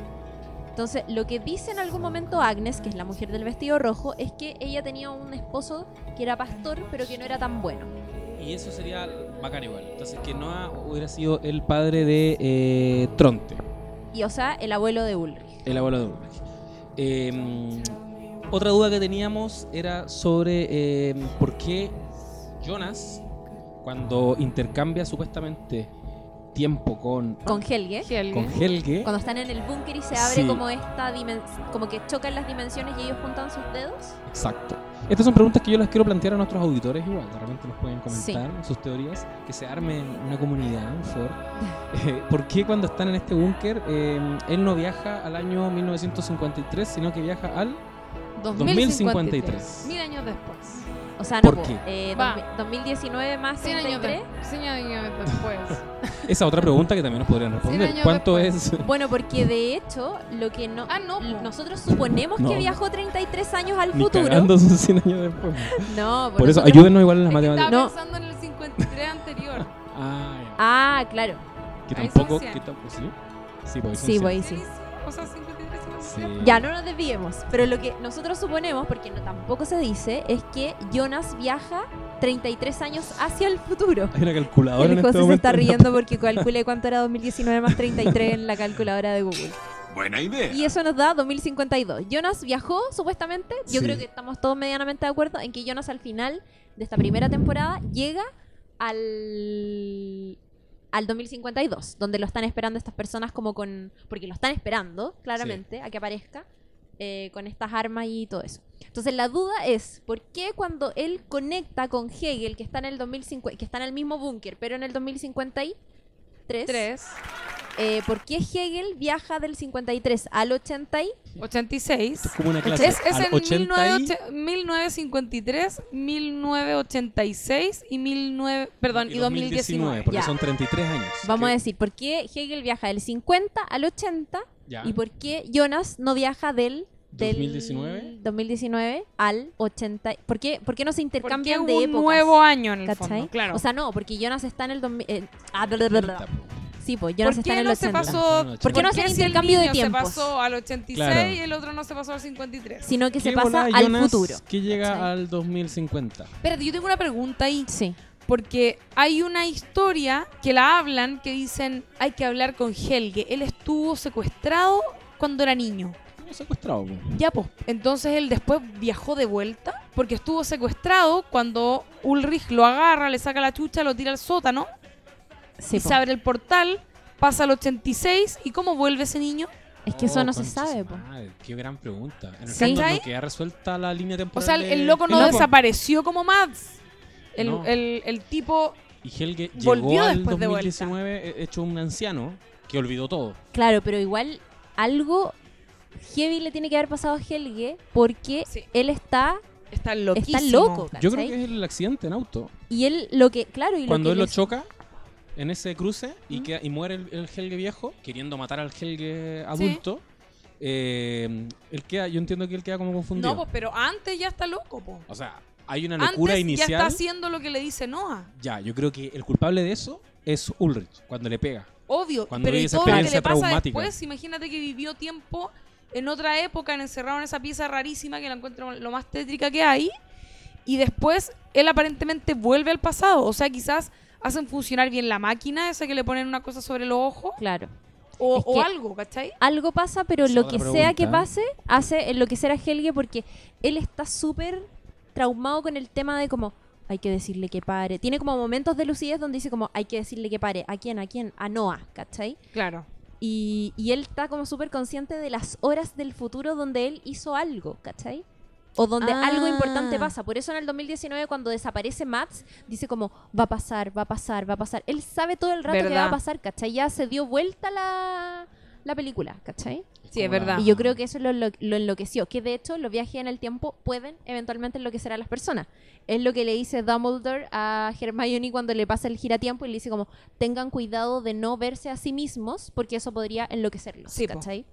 Speaker 3: Entonces, lo que dice en algún momento Agnes, que es la mujer del vestido rojo, es que ella tenía un esposo que era pastor, pero que no era tan bueno.
Speaker 1: Y eso sería bacán igual. Entonces, que Noah hubiera sido el padre de eh, Tronte,
Speaker 3: Y, o sea, el abuelo de Ulrich.
Speaker 1: el abuelo de Ulrich. Eh, otra duda que teníamos era sobre eh, por qué Jonas, cuando intercambia supuestamente tiempo con,
Speaker 3: Con Helge,
Speaker 2: Helge.
Speaker 1: con Helge,
Speaker 3: cuando están en el búnker y se abre
Speaker 1: Sí.
Speaker 3: como esta dimensión, como que chocan las dimensiones y ellos juntan sus dedos.
Speaker 1: Exacto. Estas son preguntas que yo las quiero plantear a nuestros auditores igual. De repente nos pueden
Speaker 3: Sí.
Speaker 1: comentar sus teorías. Que se arme una comunidad, un foro. <laughs> Eh, ¿Por qué cuando están en este búnker eh, él no viaja al año 1953, sino que viaja al... 2053.
Speaker 2: Mil años después.
Speaker 3: O sea, no,
Speaker 1: ¿Por
Speaker 3: po,
Speaker 1: qué?
Speaker 3: eh,
Speaker 2: Va.
Speaker 3: 2000- 2019 más
Speaker 2: 100 años,
Speaker 3: 33.
Speaker 2: de- 100 años
Speaker 3: <laughs>
Speaker 2: después.
Speaker 1: Esa otra pregunta que también nos podrían
Speaker 2: Sí,
Speaker 1: responder.
Speaker 2: años
Speaker 1: ¿Cuánto
Speaker 2: después.
Speaker 1: es?
Speaker 3: Bueno, porque de hecho, lo que no.
Speaker 2: Ah, no, po.
Speaker 3: Nosotros suponemos
Speaker 1: No.
Speaker 3: que viajó 33 años
Speaker 1: <laughs>
Speaker 3: al
Speaker 1: Ni
Speaker 3: futuro.
Speaker 1: cagando son 100 años después.
Speaker 3: No,
Speaker 1: Por eso,
Speaker 3: nosotros-
Speaker 1: ayúdenos igual en las
Speaker 2: Es que estaba
Speaker 1: matemáticas.
Speaker 3: No.
Speaker 2: pensando en el 53 anterior.
Speaker 1: Ah,
Speaker 3: Ah, claro.
Speaker 1: ya. que
Speaker 2: ahí son
Speaker 1: tampoco...
Speaker 2: 100.
Speaker 1: Que tampoco ¿Sí? Sí, pues, son
Speaker 3: Sí,
Speaker 1: 100.
Speaker 3: voy, <laughs> sí.
Speaker 2: O sea, 53
Speaker 1: Sí.
Speaker 3: Ya, no nos desviemos. Pero lo que nosotros suponemos, porque no, tampoco se dice, es que Jonas viaja 33 años hacia el futuro.
Speaker 1: Hay una calculadora
Speaker 3: El
Speaker 1: en este
Speaker 3: José se
Speaker 1: momento.
Speaker 3: está riendo porque calculé cuánto era 2019 más 33 en la calculadora de Google.
Speaker 5: Buena idea.
Speaker 3: Y eso nos da 2052. Jonas viajó, supuestamente. Yo
Speaker 1: Sí.
Speaker 3: creo que estamos todos medianamente de acuerdo en que Jonas al final de esta primera temporada llega al al 2052, donde lo están esperando estas personas como con... Porque lo están esperando, claramente, a que aparezca, eh, con estas armas y todo eso. Entonces la duda es, ¿por qué cuando él conecta con Hegel, que está en el 2050, que está en el mismo búnker, pero en el 2053,
Speaker 2: 3,
Speaker 3: eh, ¿Por qué Hegel viaja del 53 al 80 y
Speaker 2: 86.
Speaker 1: Como una clase.
Speaker 2: Es, es
Speaker 1: al
Speaker 2: en
Speaker 1: 80 y-
Speaker 2: 1980 1953, 1986 y 19, perdón, y 2019.
Speaker 1: porque
Speaker 3: Ya.
Speaker 1: son 33 años.
Speaker 3: Vamos a
Speaker 1: Que-
Speaker 3: decir, ¿por qué Hegel viaja del 50 al 80
Speaker 1: ya.
Speaker 3: y por qué Jonas no viaja del del
Speaker 1: 2019.
Speaker 3: 2019 al 80. ¿Por qué, por qué no se intercambian
Speaker 2: Porque
Speaker 3: de
Speaker 2: hubo un
Speaker 3: épocas?
Speaker 2: nuevo año en el
Speaker 3: ¿Cachai?
Speaker 2: fondo, claro.
Speaker 3: O sea, no, porque Jonas está en el 2000. eh, ah, bla, bla, bla, bla. Sí, pues Jonas
Speaker 2: ¿Por
Speaker 3: está en
Speaker 2: qué
Speaker 3: el
Speaker 2: no se
Speaker 3: 80.
Speaker 2: pasó?
Speaker 1: ¿Por qué
Speaker 3: no hacen
Speaker 2: si
Speaker 3: intercambio
Speaker 2: el
Speaker 3: de
Speaker 2: niño
Speaker 3: tiempos?
Speaker 2: Se pasó al 86
Speaker 1: Claro.
Speaker 2: y el otro no se pasó al 53.
Speaker 3: Sino que se
Speaker 1: ¿Qué
Speaker 3: pasa
Speaker 1: volá,
Speaker 3: al
Speaker 1: Jonas,
Speaker 3: futuro.
Speaker 1: Que llega
Speaker 3: ¿cachai?
Speaker 1: al 2050.
Speaker 2: Espérate, yo tengo una pregunta ahí.
Speaker 3: Sí.
Speaker 2: Porque hay una historia que la hablan que dicen hay que hablar con Helge. Él estuvo secuestrado cuando era niño.
Speaker 1: Estuvo secuestrado. po.
Speaker 2: Ya, pues. Entonces él después viajó de vuelta porque estuvo secuestrado cuando Ulrich lo agarra, le saca la chucha, lo tira al sótano
Speaker 3: sí, pues.
Speaker 2: y
Speaker 3: po.
Speaker 2: se abre el portal, pasa al 86 y cómo vuelve ese niño.
Speaker 3: Es que eso
Speaker 1: Oh,
Speaker 3: no se
Speaker 1: concha
Speaker 3: sabe, pues.
Speaker 1: su
Speaker 3: po.
Speaker 1: madre, Qué gran pregunta. En el
Speaker 2: Sí.
Speaker 1: fondo
Speaker 2: ¿Cachai?
Speaker 1: no queda resuelta la línea
Speaker 2: O
Speaker 1: temporal.
Speaker 2: sea, el,
Speaker 1: del-
Speaker 2: loco no
Speaker 1: del loco.
Speaker 2: desapareció como Mads. El,
Speaker 1: No.
Speaker 2: el- el tipo
Speaker 1: Y Helge
Speaker 2: Volvió
Speaker 1: llegó al
Speaker 2: después de vuelta.
Speaker 1: 2019 he- eh, hecho un anciano que olvidó todo.
Speaker 3: Claro, pero igual algo heavy le tiene que haber pasado a Helge porque
Speaker 2: Sí.
Speaker 3: él está,
Speaker 2: está loquísimo.
Speaker 3: está loco. ¿cachai?
Speaker 1: Yo creo que es el accidente en auto.
Speaker 3: Y él lo que, claro, y
Speaker 1: Cuando
Speaker 3: lo
Speaker 1: él
Speaker 3: que
Speaker 1: lo
Speaker 3: les-
Speaker 1: choca en ese cruce y,
Speaker 3: ¿Mm?
Speaker 1: queda- y muere el, el Helge viejo, queriendo matar al Helge adulto, eh, él queda, yo entiendo que él queda como confundido.
Speaker 2: No, pues, pero antes ya está loco, po.
Speaker 1: o sea, hay una locura
Speaker 2: Antes ya está
Speaker 1: inicial.
Speaker 2: haciendo lo que le dice Noah.
Speaker 1: Ya, yo creo que el culpable de eso es Ulrich, cuando le pega.
Speaker 2: Obvio,
Speaker 1: Cuando
Speaker 2: pero
Speaker 1: vive
Speaker 2: y
Speaker 1: esa
Speaker 2: todo lo que le
Speaker 1: experiencia
Speaker 2: pasa
Speaker 1: traumática.
Speaker 2: después, imagínate que vivió tiempo en otra época, en encerrado en esa pieza rarísima que la encuentro lo más tétrica que hay, y después él aparentemente vuelve al pasado, o sea, quizás hacen funcionar bien la máquina, esa que le ponen una cosa sobre los ojos,
Speaker 3: Claro.
Speaker 2: o,
Speaker 3: Es
Speaker 2: o
Speaker 3: que-
Speaker 2: algo, ¿cachai?
Speaker 3: Algo pasa, pero
Speaker 1: Esa
Speaker 3: lo
Speaker 1: otra
Speaker 3: que sea que
Speaker 1: pregunta.
Speaker 3: pase, hace enloquecer a Helge porque él está súper traumado con el tema de como, hay que decirle que pare. Tiene como momentos de lucidez donde dice como, hay que decirle que pare. ¿A quién? ¿A quién? A Noah, ¿cachai?
Speaker 2: Claro.
Speaker 3: Y, y él está como súper consciente de las horas del futuro donde él hizo algo, ¿cachai? O donde
Speaker 2: Ah.
Speaker 3: algo importante pasa. Por eso en el 2019, cuando desaparece Max, dice como, va a pasar, va a pasar, va a pasar. Él sabe todo el rato que va
Speaker 2: Verdad.
Speaker 3: a pasar, ¿cachai? Ya se dio vuelta la, la película, ¿cachai?
Speaker 2: Sí, es
Speaker 1: como la-
Speaker 2: verdad.
Speaker 3: Y yo creo que eso lo, enlo- lo enloqueció. Que de hecho, los viajes en el tiempo pueden eventualmente enloquecer a las personas. Es lo que le dice Dumbledore a Hermione cuando le pasa el giratiempo y le dice como, tengan cuidado de no verse a sí mismos porque eso podría enloquecerlos,
Speaker 2: Sí, po.
Speaker 3: ¿cachai?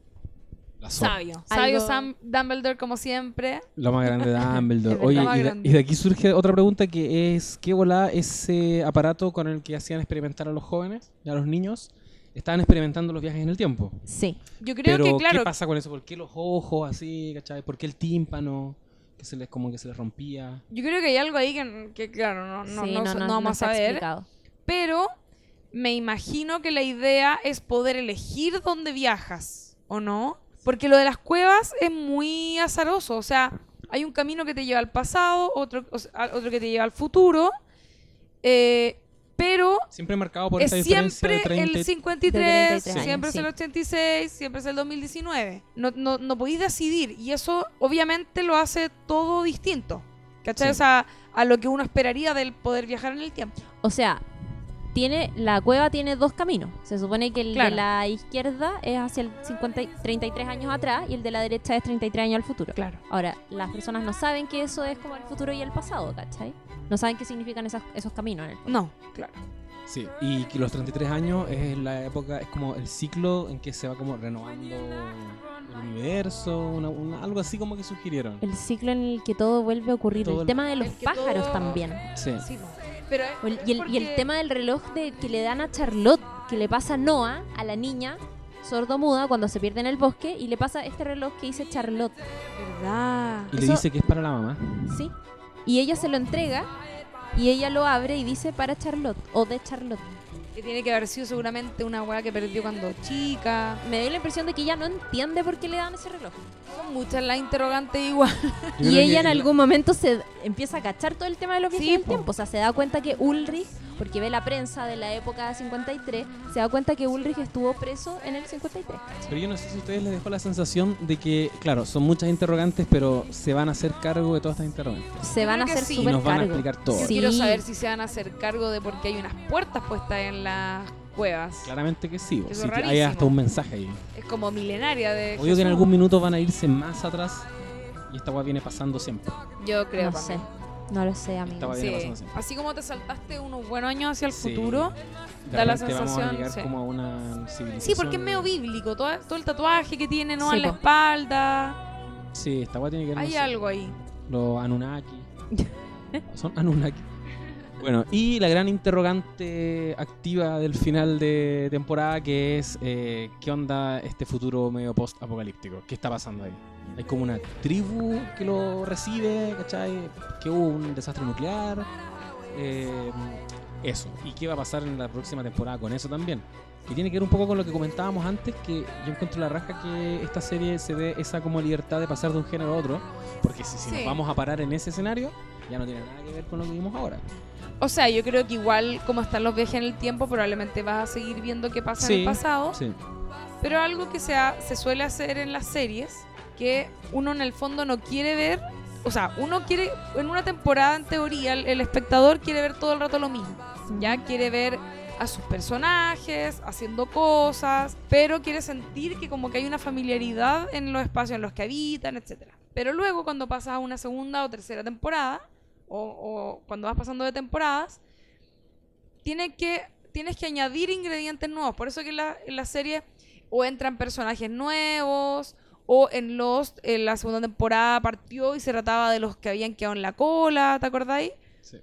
Speaker 1: La zorra.
Speaker 2: Sabio. Sabio
Speaker 3: Algo-
Speaker 2: Sam Dumbledore, como siempre.
Speaker 1: Lo más
Speaker 2: <laughs>
Speaker 1: grande de Dumbledore.
Speaker 3: Es
Speaker 1: Oye,
Speaker 2: verdad. Lo más
Speaker 1: y de,
Speaker 2: grande.
Speaker 1: y de aquí surge otra pregunta que es, ¿qué volá ese aparato con el que hacían experimentar a los jóvenes, y a los niños? Estaban experimentando los viajes en el tiempo.
Speaker 3: Sí.
Speaker 2: Yo creo
Speaker 1: Pero,
Speaker 2: que, claro,
Speaker 1: ¿qué pasa con eso? ¿Por qué los ojos así, cachai? ¿Por qué el tímpano? Que se les, como que se les rompía.
Speaker 2: yo creo que hay algo ahí que, que, claro, no, no,
Speaker 3: Sí,
Speaker 2: no, no
Speaker 3: no
Speaker 2: vamos
Speaker 3: está
Speaker 2: a ver.
Speaker 3: explicado.
Speaker 2: pero me imagino que la idea es poder elegir dónde viajas, ¿o no? Porque lo de las cuevas es muy azaroso, o sea, hay un camino que te lleva al pasado, otro, o sea, al- otro que te lleva al futuro, eh, pero
Speaker 1: Siempre marcado por
Speaker 2: es
Speaker 1: esa diferencia
Speaker 2: siempre
Speaker 1: de 30
Speaker 2: el
Speaker 3: de
Speaker 2: 53,
Speaker 3: 33 años,
Speaker 2: siempre es
Speaker 3: sí.
Speaker 2: el 86, siempre es el 2019. No, no, no podéis decidir y eso obviamente lo hace todo distinto, ¿cachai?
Speaker 1: Sí.
Speaker 2: O sea, a lo que uno esperaría del poder viajar en el tiempo.
Speaker 3: O sea, tiene, la cueva tiene dos caminos. Se supone que el
Speaker 2: Claro.
Speaker 3: de la izquierda es hacia el 50, y- 33 años atrás y el de la derecha es 33 años al futuro.
Speaker 2: Claro.
Speaker 3: Ahora, las personas no saben que eso es como el futuro y el pasado, ¿cachai? No saben qué significan esas- esos caminos. en el fondo.
Speaker 2: No, claro.
Speaker 1: Sí, y que los 33 años es la época, es como el ciclo en que se va como renovando el universo, una- una- algo así como que sugirieron.
Speaker 3: El ciclo en el que todo vuelve a ocurrir.
Speaker 1: Todo
Speaker 3: el
Speaker 1: el-
Speaker 3: tema de los
Speaker 2: El que
Speaker 3: pájaros
Speaker 2: todo-
Speaker 3: también.
Speaker 1: Sí.
Speaker 2: Sí, po. pero
Speaker 3: O el- y, el, y el
Speaker 2: porque-
Speaker 3: tema del reloj de, que le dan a Charlotte, que le pasa a Noah, a la niña sordomuda, cuando se pierde en el bosque, y le pasa este reloj que dice Charlotte,
Speaker 2: verdad.
Speaker 1: Y le
Speaker 3: Eso-
Speaker 1: dice que es para la mamá.
Speaker 3: ¿sí? Y ella se lo entrega y ella lo abre y dice para Charlotte o de Charlotte.
Speaker 2: Que tiene que haber sido seguramente una weá que perdió cuando chica.
Speaker 3: Me dio la impresión de que ella no entiende por qué le dan ese reloj.
Speaker 2: Son muchas las interrogantes igual.
Speaker 1: Yo
Speaker 3: Y
Speaker 1: creo que
Speaker 3: ella en
Speaker 1: la-
Speaker 3: algún momento se empieza a cachar todo el tema de los viajes
Speaker 2: Sí,
Speaker 3: del
Speaker 2: po.
Speaker 3: tiempo. O sea, se da cuenta que Ulrich, porque ve la prensa de la época 53, se da cuenta que Ulrich estuvo preso en el 53.
Speaker 1: Pero yo no sé si a ustedes les dejó la sensación de que, claro, son muchas interrogantes, pero se van a hacer cargo de todas estas interrogantes.
Speaker 3: Se
Speaker 2: Yo
Speaker 3: van a
Speaker 2: creo que
Speaker 3: hacer
Speaker 2: sí.
Speaker 1: Y
Speaker 3: súper
Speaker 1: nos van a
Speaker 3: cargo.
Speaker 1: explicar todo.
Speaker 2: Yo
Speaker 3: Sí.
Speaker 2: quiero saber si se van a hacer cargo de por qué hay unas puertas puestas en las cuevas.
Speaker 1: Claramente que sí, o
Speaker 2: Eso es
Speaker 1: sí, hay
Speaker 2: rarísimo.
Speaker 1: hasta un mensaje ahí.
Speaker 2: Es como milenaria de.
Speaker 1: Obvio que en
Speaker 2: Jesús.
Speaker 1: algún minuto van a irse más atrás y esta weá viene pasando siempre.
Speaker 2: Yo creo
Speaker 3: No sé,
Speaker 2: también.
Speaker 3: no lo sé, amigo.
Speaker 1: Estaba bien.
Speaker 2: Sí.
Speaker 1: viene pasando siempre.
Speaker 2: Así como te saltaste unos buenos años hacia el
Speaker 1: Sí.
Speaker 2: futuro.
Speaker 1: De
Speaker 2: Da la
Speaker 1: repente vamos a
Speaker 2: sensación,
Speaker 1: llegar
Speaker 2: sí.
Speaker 1: como a una civilización.
Speaker 2: Sí, porque es medio bíblico. Todo, todo el tatuaje que tiene, ¿no?
Speaker 3: Sí,
Speaker 2: en la
Speaker 3: po.
Speaker 2: espalda.
Speaker 1: Sí, esta weá tiene que ver, no
Speaker 2: Hay
Speaker 1: sé,
Speaker 2: algo ahí.
Speaker 1: Los
Speaker 2: <laughs>
Speaker 1: Anunnaki. Son Anunnaki. Bueno, y la gran interrogante activa del final de temporada que es eh, ¿qué onda este futuro medio post-apocalíptico? ¿Qué está pasando ahí? Hay como una tribu que lo recibe, ¿cachai? Que hubo un desastre nuclear. eh, eso. ¿Y qué va a pasar en la próxima temporada con eso también? Y tiene que ver un poco con lo que comentábamos antes, que yo encuentro la raja que esta serie se dé esa como libertad de pasar de un género a otro, porque si, si nos
Speaker 2: Sí.
Speaker 1: vamos a parar en ese escenario, ya no tiene nada que ver con lo que vimos ahora.
Speaker 2: O sea, yo creo que igual como están los viajes en el tiempo, probablemente vas a seguir viendo qué pasa en
Speaker 1: Sí,
Speaker 2: el pasado.
Speaker 1: Sí.
Speaker 2: Pero algo que se, ha- se suele hacer en las series, que uno en el fondo no quiere ver, o sea, uno quiere, en una temporada en teoría, el, el espectador quiere ver todo el rato lo mismo, ya quiere ver a sus personajes, haciendo cosas, pero quiere sentir que como que hay una familiaridad en los espacios en los que habitan, etcétera. Pero luego cuando pasas a una segunda o tercera temporada, o, o cuando vas pasando de temporadas, tiene que, tienes que añadir ingredientes nuevos. Por eso que en la, en la serie o entran personajes nuevos, o en Lost, en la segunda temporada partió y se trataba de los que habían quedado en la cola, ¿te acordáis?
Speaker 1: Sí.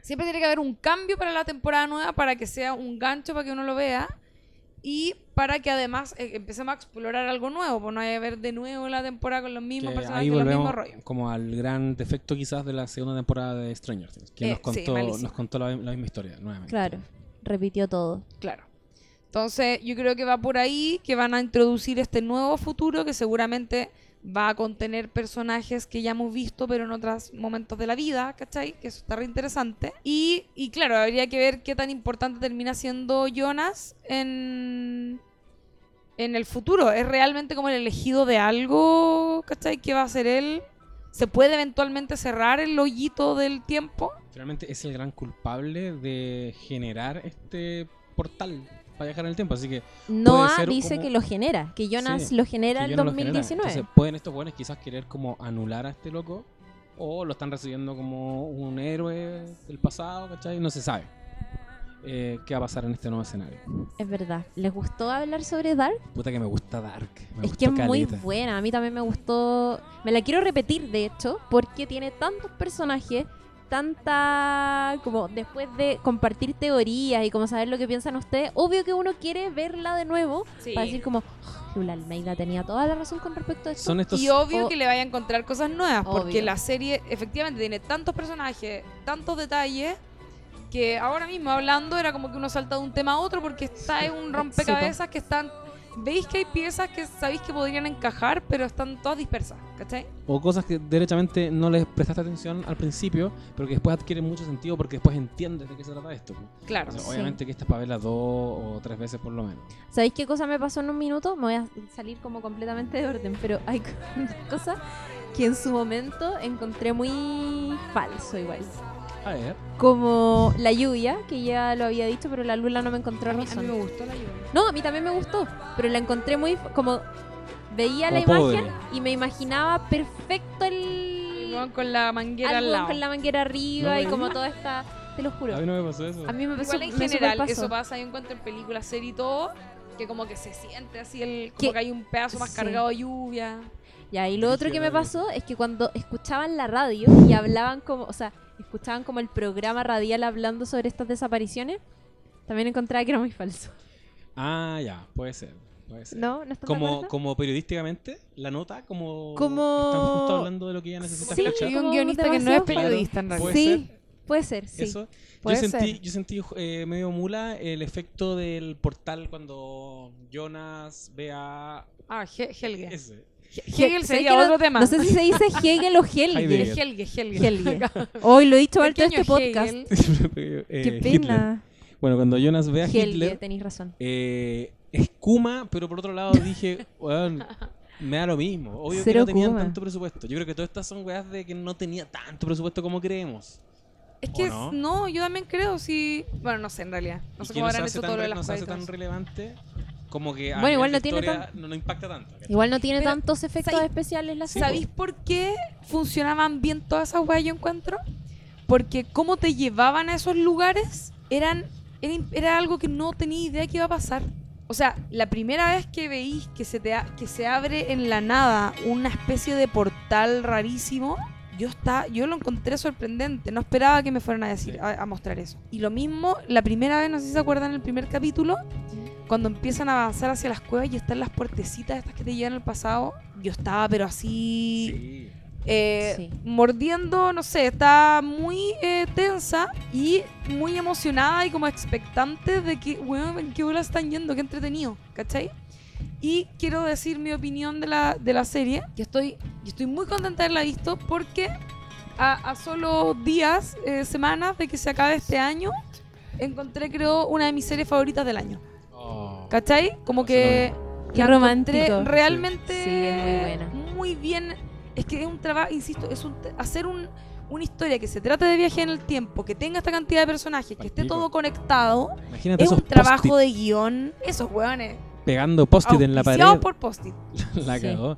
Speaker 2: Siempre tiene que haber un cambio para la temporada nueva para que sea un gancho para que uno lo vea y para que además eh, empecemos a explorar algo nuevo, pues no hay que ver de nuevo la temporada con los mismos
Speaker 1: Que
Speaker 2: personajes,
Speaker 1: ahí
Speaker 2: los
Speaker 1: volvemos
Speaker 2: mismos rollos.
Speaker 1: como al gran defecto quizás de la segunda temporada de Stranger Things, que
Speaker 2: Eh,
Speaker 1: nos
Speaker 2: sí,
Speaker 1: contó,
Speaker 2: malísimo.
Speaker 1: nos contó la, la misma historia nuevamente.
Speaker 3: Claro, repitió todo.
Speaker 2: Claro. Entonces, yo creo que va por ahí, que van a introducir este nuevo futuro que seguramente va a contener personajes que ya hemos visto, pero en otros momentos de la vida, ¿cachai? Que eso está re interesante. Y, y claro, habría que ver qué tan importante termina siendo Jonas en, en el futuro. ¿Es realmente como el elegido de algo, ¿cachai? ¿Qué va a ser él? ¿Se puede eventualmente cerrar el hoyito del tiempo?
Speaker 1: Finalmente es el gran culpable de generar este portal para viajar en el tiempo, así que
Speaker 3: Noah
Speaker 1: ser
Speaker 3: dice
Speaker 1: como-
Speaker 3: que lo genera, que Jonas
Speaker 1: Sí,
Speaker 3: lo genera
Speaker 1: que
Speaker 3: en
Speaker 1: yo no lo genera.
Speaker 3: 2019.
Speaker 1: Entonces, pueden estos buenos quizás querer como anular a este loco o lo están recibiendo como un héroe del pasado, ¿cachai? No se sabe eh, qué va a pasar en este nuevo escenario.
Speaker 3: Es verdad. ¿Les gustó hablar sobre Dark?
Speaker 1: Puta que me gusta Dark. Me
Speaker 3: es
Speaker 1: gustó
Speaker 3: que es muy
Speaker 1: caleta.
Speaker 3: buena. A mí también me gustó. Me la quiero repetir, de hecho, porque tiene tantos personajes, tanta. Como después de compartir teorías y como saber lo que piensan ustedes, obvio que uno quiere verla de nuevo
Speaker 2: Sí.
Speaker 3: para decir, como, "Oh, Lula Almeida tenía toda la razón con respecto a esto.
Speaker 1: Son estos...
Speaker 2: Y obvio
Speaker 3: o-
Speaker 2: que le vaya a encontrar cosas nuevas, porque
Speaker 3: Obvio.
Speaker 2: la serie efectivamente tiene tantos personajes, tantos detalles, que ahora mismo hablando era como que uno salta de un tema a otro porque está en un rompecabezas que están... Veis que hay piezas que sabéis que podrían encajar, pero están todas dispersas, ¿cachai?
Speaker 1: o cosas que derechamente no les prestaste atención al principio, pero que después adquieren mucho sentido porque después entiendes de qué se trata esto.
Speaker 2: Claro.
Speaker 1: O sea,
Speaker 3: Sí.
Speaker 1: Obviamente que esta es para verla dos o tres veces por lo menos.
Speaker 3: ¿Sabéis qué cosa me pasó en un minuto? Me voy a salir como completamente de orden, pero hay <laughs> cosas que en su momento encontré muy falso igual.
Speaker 1: A ver.
Speaker 3: Como la lluvia, que ya lo había dicho, pero la Lula no me encontró
Speaker 2: A mí, a mí me
Speaker 3: razón.
Speaker 2: gustó la lluvia.
Speaker 3: No, a mí también me gustó, pero la encontré muy... f- como veía la
Speaker 1: Como
Speaker 3: imagen y me imaginaba perfecto
Speaker 2: Y
Speaker 3: el...
Speaker 2: weón con la manguera al
Speaker 3: algo
Speaker 2: lado.
Speaker 3: con la manguera arriba
Speaker 1: No,
Speaker 3: y
Speaker 1: no.
Speaker 3: como toda esta... Te lo juro.
Speaker 1: A mí no me pasó eso.
Speaker 3: A mí me pasó
Speaker 2: Igual en
Speaker 3: me
Speaker 2: general
Speaker 3: superpasó.
Speaker 2: eso pasa, yo encuentro en películas, series y todo, que como que se siente así, el, como
Speaker 3: Que-
Speaker 2: que hay un pedazo más
Speaker 3: sí.
Speaker 2: cargado de lluvia.
Speaker 3: Ya, y lo otro que me
Speaker 1: Brígido,
Speaker 3: pasó es que cuando escuchaban la radio y hablaban como, o sea, escuchaban como el programa radial hablando sobre estas desapariciones, también encontraba que era muy falso.
Speaker 1: Ah, ya, puede ser. Puede ser.
Speaker 3: ¿No? ¿No están de
Speaker 1: Como,
Speaker 3: acuerdo?
Speaker 1: como periodísticamente, la nota, como,
Speaker 3: Como-
Speaker 1: estamos justo hablando de lo que ella necesita
Speaker 3: Sí,
Speaker 1: escuchar.
Speaker 3: Hay un guionista que no es
Speaker 1: periodista,
Speaker 2: en
Speaker 1: realidad. ¿Puede
Speaker 3: sí, puede ser, sí.
Speaker 1: Eso. Yo
Speaker 2: Puede
Speaker 1: sentí,
Speaker 2: ser.
Speaker 1: yo sentí eh, medio mula el efecto del portal cuando Jonas ve a
Speaker 2: Ah, He- Helge.
Speaker 1: ese.
Speaker 3: He-
Speaker 2: Hegel
Speaker 3: ¿sabes
Speaker 2: sería
Speaker 3: que no-
Speaker 2: otro tema.
Speaker 3: No sé si se <laughs> dice Hegel o Helge.
Speaker 1: Heidegger.
Speaker 2: Helge, Helge.
Speaker 3: Helge. Hoy lo he dicho alto en
Speaker 2: Pequeño
Speaker 3: este podcast.
Speaker 2: Hegel.
Speaker 1: Eh, <laughs>
Speaker 3: Qué
Speaker 1: Hitler.
Speaker 3: pena.
Speaker 1: Bueno, cuando Jonas ve a
Speaker 3: Helge,
Speaker 1: Hitler,
Speaker 3: tenéis razón.
Speaker 1: eh, es Kuma, pero por otro lado dije, <laughs> weón, me da lo mismo. Obvio que
Speaker 3: Cero
Speaker 1: no tenían
Speaker 3: Kuma.
Speaker 1: tanto presupuesto. Yo creo que todas estas son weas de que no tenía tanto presupuesto como creemos.
Speaker 2: Es que
Speaker 1: ¿O
Speaker 2: es-
Speaker 1: no?
Speaker 2: no? yo también creo, sí. Bueno, no sé en realidad. No
Speaker 1: Y
Speaker 2: sé
Speaker 1: que
Speaker 2: cómo habrán
Speaker 1: se
Speaker 2: hecho
Speaker 1: hace
Speaker 2: todo
Speaker 1: tan
Speaker 2: lo de
Speaker 1: re- no
Speaker 2: las
Speaker 1: se hace
Speaker 2: cuentas.
Speaker 1: tan relevante como que a
Speaker 3: Bueno,
Speaker 1: nivel
Speaker 3: igual
Speaker 1: de
Speaker 3: no tiene
Speaker 1: historia no, no impacta tanto. ¿cachai?
Speaker 3: Igual no tiene
Speaker 2: Pero,
Speaker 3: tantos efectos
Speaker 2: ¿sabéis-
Speaker 3: especiales la serie.
Speaker 2: ¿Sabéis por qué funcionaban bien todas esas weas yo encuentro? Porque cómo te llevaban a esos lugares eran, era, im- era algo que no tenía idea que iba a pasar. O sea, la primera vez que veís que se, te a- que se abre en la nada una especie de portal rarísimo, yo, está, yo lo encontré sorprendente. No esperaba que me fueran a, decir, a, a mostrar eso. Y lo mismo, la primera vez, no sé si se acuerdan, el primer capítulo, cuando empiezan a avanzar hacia las cuevas y están las puertecitas estas que te llevan al pasado, yo estaba pero así
Speaker 1: Sí.
Speaker 2: eh,
Speaker 3: Sí.
Speaker 2: mordiendo, no sé, está muy eh, tensa y muy emocionada y como expectante de que, weón, en qué bola están yendo, qué entretenido, ¿cachai? Y quiero decir mi opinión de la, de la serie, que estoy, yo estoy muy contenta de haberla visto porque a, a solo días, eh, semanas de que se acabe este año, encontré, creo, una de mis series favoritas del año,
Speaker 1: Oh.
Speaker 2: ¿cachai? Como
Speaker 1: Eso
Speaker 2: que...
Speaker 3: Qué
Speaker 2: la encontré
Speaker 3: romántico.
Speaker 2: Realmente
Speaker 3: Sí, es muy buena.
Speaker 2: muy bien. Es que es un trabajo, insisto, es un, t- hacer un- una historia que se trate de viaje en el tiempo, que tenga esta cantidad de personajes, que esté
Speaker 1: Palpico.
Speaker 2: todo conectado,
Speaker 1: Imagínate
Speaker 2: es
Speaker 1: esos
Speaker 2: un trabajo
Speaker 1: post-it
Speaker 2: de guión. Esos hueones.
Speaker 1: pegando post-it en la pared.
Speaker 2: auspiciados por post-it.
Speaker 1: <laughs> La
Speaker 3: Sí.
Speaker 1: cagó.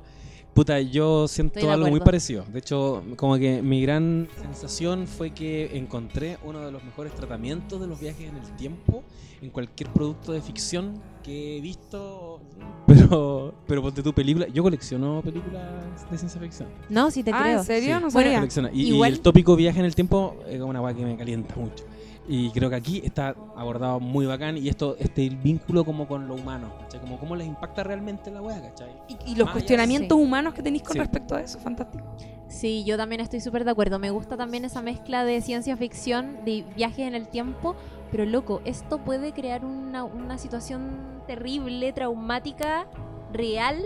Speaker 1: Puta, yo siento
Speaker 3: Estoy de
Speaker 1: algo muy
Speaker 3: acuerdo.
Speaker 1: parecido. De hecho, como que mi gran sensación fue que encontré uno de los mejores tratamientos de los viajes en el tiempo en cualquier producto de ficción que he
Speaker 3: <laughs>
Speaker 1: visto. Pero, pero ponte tu película. Yo colecciono películas de ciencia ficción.
Speaker 3: No, sí te
Speaker 2: ah,
Speaker 3: creo.
Speaker 2: ¿en serio?
Speaker 1: Sí.
Speaker 2: No
Speaker 3: Bueno,
Speaker 2: sabía.
Speaker 1: Colecciono. Y, y
Speaker 3: Igual-
Speaker 1: el tópico viaje en el tiempo es una weá que me calienta mucho. Y creo que aquí está abordado muy bacán y esto, este vínculo como con lo humano, ¿cachai? Como cómo les impacta realmente la weá, ¿cachai?
Speaker 2: Y, y los
Speaker 1: Ah, ya,
Speaker 2: cuestionamientos humanos que tenéis con
Speaker 1: Sí.
Speaker 2: respecto a eso, fantástico.
Speaker 3: Sí, yo también estoy súper de acuerdo. Me gusta también esa mezcla de ciencia ficción, de viajes en el tiempo. Pero loco, esto puede crear una, una situación terrible, traumática, real,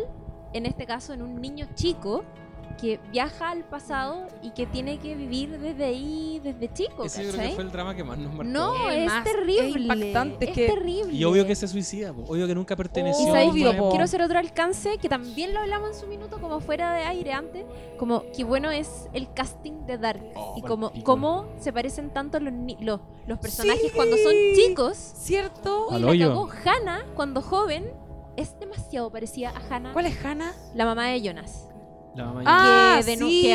Speaker 3: en este caso en un niño chico que viaja al pasado y que tiene que vivir desde ahí, desde chico.
Speaker 1: Ese yo creo
Speaker 3: ¿cachai?
Speaker 1: que fue el drama que más nos marcó.
Speaker 3: No,
Speaker 2: Es
Speaker 3: es,
Speaker 2: más, es
Speaker 3: terrible.
Speaker 2: impactante, es
Speaker 3: es
Speaker 2: que-
Speaker 3: terrible.
Speaker 1: Y obvio que se suicida, po. obvio que nunca perteneció.
Speaker 3: Y
Speaker 1: a
Speaker 3: sabéis,
Speaker 1: una
Speaker 2: Obvio,
Speaker 1: época.
Speaker 2: po.
Speaker 3: quiero hacer otro alcance que también lo hablamos en su minuto como fuera de aire antes, como qué bueno es el casting de Dark
Speaker 1: Oh,
Speaker 3: y
Speaker 1: pal
Speaker 3: como
Speaker 1: pico.
Speaker 3: cómo se parecen tanto los ni- los, los personajes
Speaker 2: Sí.
Speaker 3: cuando son chicos.
Speaker 2: ¿Cierto?
Speaker 3: Uy,
Speaker 1: Al
Speaker 3: la
Speaker 1: hoyo.
Speaker 3: cagó. Hannah cuando joven es demasiado parecida a Hannah,
Speaker 2: ¿Cuál es Hannah?
Speaker 3: la mamá de Jonas.
Speaker 1: La mamá
Speaker 2: Ah,
Speaker 3: que denu-
Speaker 2: sí.
Speaker 3: que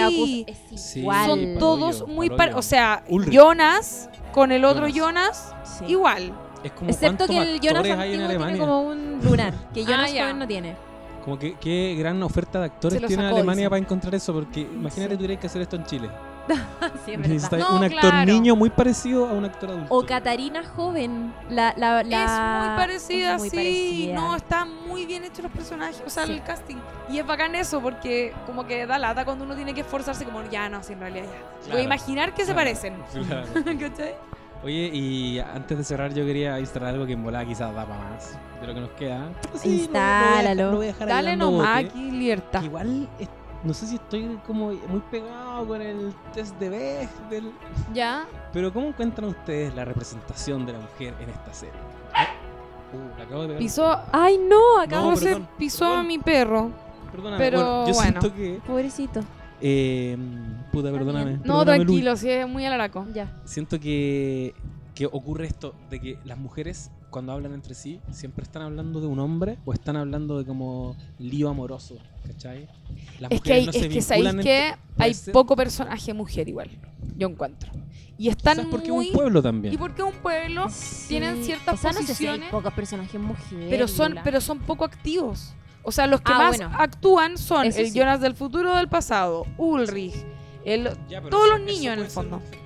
Speaker 3: acusa- es
Speaker 1: Sí.
Speaker 3: igual.
Speaker 1: Al
Speaker 2: Son
Speaker 1: hoyo,
Speaker 2: todos
Speaker 1: al
Speaker 2: muy
Speaker 1: hoyo.
Speaker 2: par- O sea,
Speaker 1: Ulrich.
Speaker 2: Jonas con el otro Jonas,
Speaker 3: Sí.
Speaker 2: igual.
Speaker 1: ya- es como
Speaker 3: Excepto que
Speaker 1: cuántos
Speaker 3: el Jonas
Speaker 1: actores hay en
Speaker 3: antiguo tiene
Speaker 1: Alemania.
Speaker 3: como un lunar, que
Speaker 2: <laughs> Ah,
Speaker 3: Jonas
Speaker 2: ya.
Speaker 3: joven no tiene. <laughs>
Speaker 1: Como que qué gran oferta de
Speaker 2: Se
Speaker 1: actores
Speaker 2: lo
Speaker 1: tiene
Speaker 2: sacó,
Speaker 1: Alemania
Speaker 2: dice.
Speaker 1: para encontrar eso, porque imagínate tuvierais que hacer esto en Chile.
Speaker 3: sí, es verdad.
Speaker 1: Necesitáis
Speaker 2: No,
Speaker 1: un actor
Speaker 2: claro.
Speaker 1: niño muy parecido a un actor adulto.
Speaker 3: O Catarina joven, la, la, la-
Speaker 2: es muy parecida,
Speaker 3: es muy
Speaker 2: sí.
Speaker 3: parecida.
Speaker 2: No, están muy bien hechos los personajes, o sea,
Speaker 3: Sí.
Speaker 2: el casting. Y es bacán eso, porque como que da lata cuando uno tiene que esforzarse, como ya no, si en realidad ya. Voy
Speaker 1: Claro,
Speaker 2: a imaginar que se
Speaker 1: claro,
Speaker 2: parecen. <laughs>
Speaker 1: <laughs> claro.
Speaker 2: ¿Cachai?
Speaker 1: Oye, y antes de cerrar, yo quería instalar algo que en volada quizás da para más de lo que nos queda. Pero sí, lo- lo voy a dejar-
Speaker 3: Instálalo.
Speaker 1: lo voy a dejar ahí
Speaker 2: Dale
Speaker 1: dando
Speaker 2: nomás,
Speaker 1: bote.
Speaker 2: aquí libertad.
Speaker 1: Que Igual, es- no sé si estoy como muy pegado con el test de Bechdel,
Speaker 2: Ya.
Speaker 1: Pero ¿cómo encuentran ustedes la representación de la mujer en esta serie? ¿Eh? Uh, la acabo de pegar.
Speaker 2: Pisó,
Speaker 3: Ay, no,
Speaker 1: No,
Speaker 3: acabo
Speaker 2: acabo
Speaker 3: de
Speaker 2: de ser
Speaker 1: perdón,
Speaker 2: pisó a
Speaker 1: perdón.
Speaker 2: mi perro.
Speaker 1: Perdóname,
Speaker 2: pero
Speaker 1: bueno, yo
Speaker 2: bueno.
Speaker 1: siento que...
Speaker 3: Pobrecito.
Speaker 1: eh, puta, perdóname.
Speaker 3: bien.
Speaker 2: No,
Speaker 1: perdóname, Lu.
Speaker 2: tranquilo, sí, es muy alaraco.
Speaker 3: Ya.
Speaker 1: Siento que, que ocurre esto de que las mujeres cuando hablan entre sí siempre están hablando de un hombre o están hablando de como lío amoroso, ¿cachai? Las
Speaker 2: Es que,
Speaker 1: mujeres
Speaker 2: hay,
Speaker 1: no
Speaker 2: es
Speaker 1: se
Speaker 2: que sabéis
Speaker 1: vinculan entre-
Speaker 2: que hay
Speaker 1: ser.
Speaker 2: poco personaje mujer igual, yo encuentro. Y están
Speaker 1: Quizás porque es
Speaker 2: muy...
Speaker 1: un pueblo
Speaker 2: y
Speaker 1: también.
Speaker 2: porque es un pueblo, Tienen ciertas
Speaker 3: o sea, no sé si hay
Speaker 2: posiciones,
Speaker 3: pocos personajes mujeres.
Speaker 2: pero son pero son poco activos. O sea, los que
Speaker 3: Ah,
Speaker 2: más
Speaker 3: bueno.
Speaker 2: actúan son
Speaker 3: Eso
Speaker 2: el
Speaker 3: sí.
Speaker 2: Jonas del futuro o del pasado, Ulrich, el
Speaker 1: Ya, pero
Speaker 2: todos
Speaker 1: eso-
Speaker 2: los
Speaker 1: eso
Speaker 2: niños en el
Speaker 1: puede ser
Speaker 2: fondo.
Speaker 1: un efecto,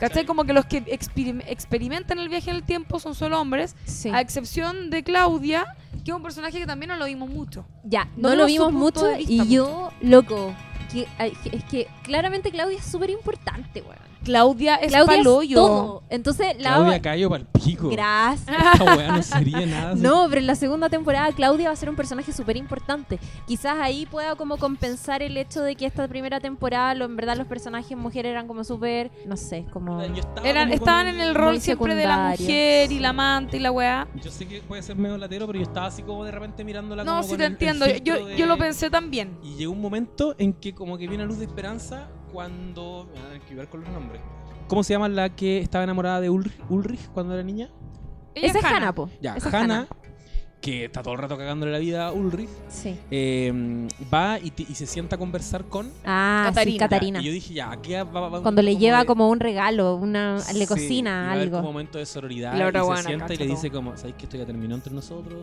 Speaker 2: ¿Cachai? Como que los que experim- experimentan el viaje en el tiempo son solo hombres,
Speaker 3: Sí.
Speaker 2: a excepción de Claudia, que es un personaje que también no lo vimos mucho.
Speaker 3: Ya,
Speaker 2: no
Speaker 3: no, lo
Speaker 2: vemos su
Speaker 3: vimos
Speaker 2: punto
Speaker 3: mucho
Speaker 2: de vista
Speaker 3: y yo, loco, que, ay, que- es que claramente Claudia es súper importante, weón.
Speaker 2: Claudia es
Speaker 3: Claudia es
Speaker 2: paloyo.
Speaker 3: todo. Entonces, la
Speaker 1: Claudia Cayo para el pico.
Speaker 3: Gracias.
Speaker 1: <laughs> Esta weá no
Speaker 2: <laughs>
Speaker 1: sería nada. sin
Speaker 3: No, pero en la segunda temporada Claudia va a ser un personaje súper importante. Quizás ahí pueda como compensar el hecho de que esta primera temporada, lo, en verdad, los personajes mujeres eran como súper, no sé, como...
Speaker 1: Yo estaba
Speaker 2: Eran,
Speaker 1: como con-
Speaker 2: estaban en el rol
Speaker 3: Muy
Speaker 2: siempre de la
Speaker 3: secundario.
Speaker 2: mujer y la amante y la weá.
Speaker 1: Yo sé que puede ser medio latero, pero yo estaba así como de repente mirándola
Speaker 2: No,
Speaker 1: como
Speaker 2: sí
Speaker 1: con
Speaker 2: te
Speaker 1: el- el
Speaker 2: entiendo.
Speaker 1: filtro
Speaker 2: Yo,
Speaker 1: de-
Speaker 2: yo lo pensé también.
Speaker 1: Y llegó un momento en que como que viene la luz de esperanza cuando... Me van a escribir con los nombres. ¿Cómo se llama la que estaba enamorada de Ulrich, Ulrich cuando era niña?
Speaker 2: Ella
Speaker 3: Esa es
Speaker 2: Hannah.
Speaker 3: Hannah, po.
Speaker 1: Ya,
Speaker 3: Esa es
Speaker 1: Hannah.
Speaker 3: Hannah.
Speaker 1: que está todo el rato cagándole la vida a Ulrich,
Speaker 3: Sí.
Speaker 1: eh, va y, ti- y se sienta a conversar con
Speaker 3: Ah, sí,
Speaker 2: Catarina.
Speaker 3: Catarina.
Speaker 1: Y yo dije, ya, aquí va, va- va un-
Speaker 3: Cuando le lleva
Speaker 1: de-
Speaker 3: como un regalo, una le
Speaker 1: Sí, y va
Speaker 3: cocina
Speaker 1: a haber
Speaker 3: algo.
Speaker 1: como un momento de sororidad.
Speaker 2: La
Speaker 1: y
Speaker 2: otra
Speaker 1: se
Speaker 2: buena,
Speaker 1: sienta y
Speaker 2: cacho
Speaker 1: le
Speaker 2: todo.
Speaker 1: dice como, ¿sabéis que esto ya terminó entre nosotros?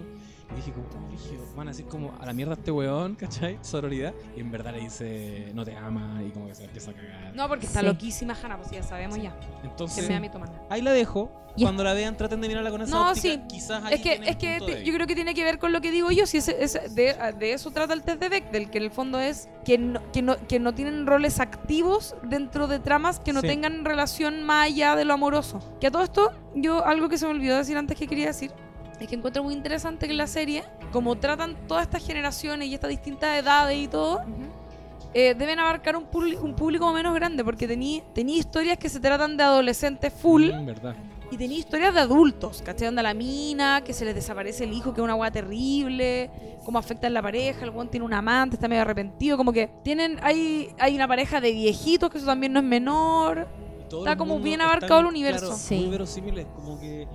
Speaker 1: Y dije como, oh, brígido, van a decir como, a la mierda este weón, <laughs> ¿cachai? Sororidad. Y en verdad le dice, no te ama y como que se empieza a cagar.
Speaker 2: No, porque está
Speaker 3: Sí.
Speaker 2: loquísima Hanna, pues ya sabemos ya. Se
Speaker 1: Entonces,
Speaker 2: me da mi tomar.
Speaker 1: ahí la dejo.
Speaker 3: Y-
Speaker 1: Cuando la vean, traten de mirarla con esa
Speaker 2: No,
Speaker 1: óptica.
Speaker 2: sí.
Speaker 1: Quizás ahí
Speaker 2: Es que,
Speaker 1: tienen
Speaker 2: es que
Speaker 1: punto
Speaker 2: te-
Speaker 1: débil.
Speaker 2: yo creo que tiene que ver con lo que digo yo, si ese- ese- de, de eso trata el test de Beck, del que en el fondo es que no, que no, que no tienen roles activos dentro de tramas que no
Speaker 1: Sí.
Speaker 2: tengan relación más allá de lo amoroso. Que a todo esto, yo algo que se me olvidó decir antes que quería decir, es que encuentro muy interesante que en la serie, como tratan todas estas generaciones y estas distintas edades y todo, eh, deben abarcar un, publi- un público menos grande, porque tenía historias que se tratan de adolescentes full.
Speaker 1: Mm, verdad.
Speaker 2: Y tenía historias de adultos, ¿cachai? Onda la mina, que se les desaparece el hijo, que es una weá terrible, cómo afecta a la pareja, el weón tiene un amante, está medio arrepentido, como que tienen, hay, hay una pareja de viejitos, que eso también no es menor.
Speaker 1: Y todo
Speaker 2: Está
Speaker 1: el
Speaker 2: como
Speaker 1: mundo
Speaker 2: bien
Speaker 1: está
Speaker 2: abarcado el
Speaker 1: muy-
Speaker 2: universo.
Speaker 1: claro,
Speaker 3: Sí.
Speaker 1: Muy verosímiles, como que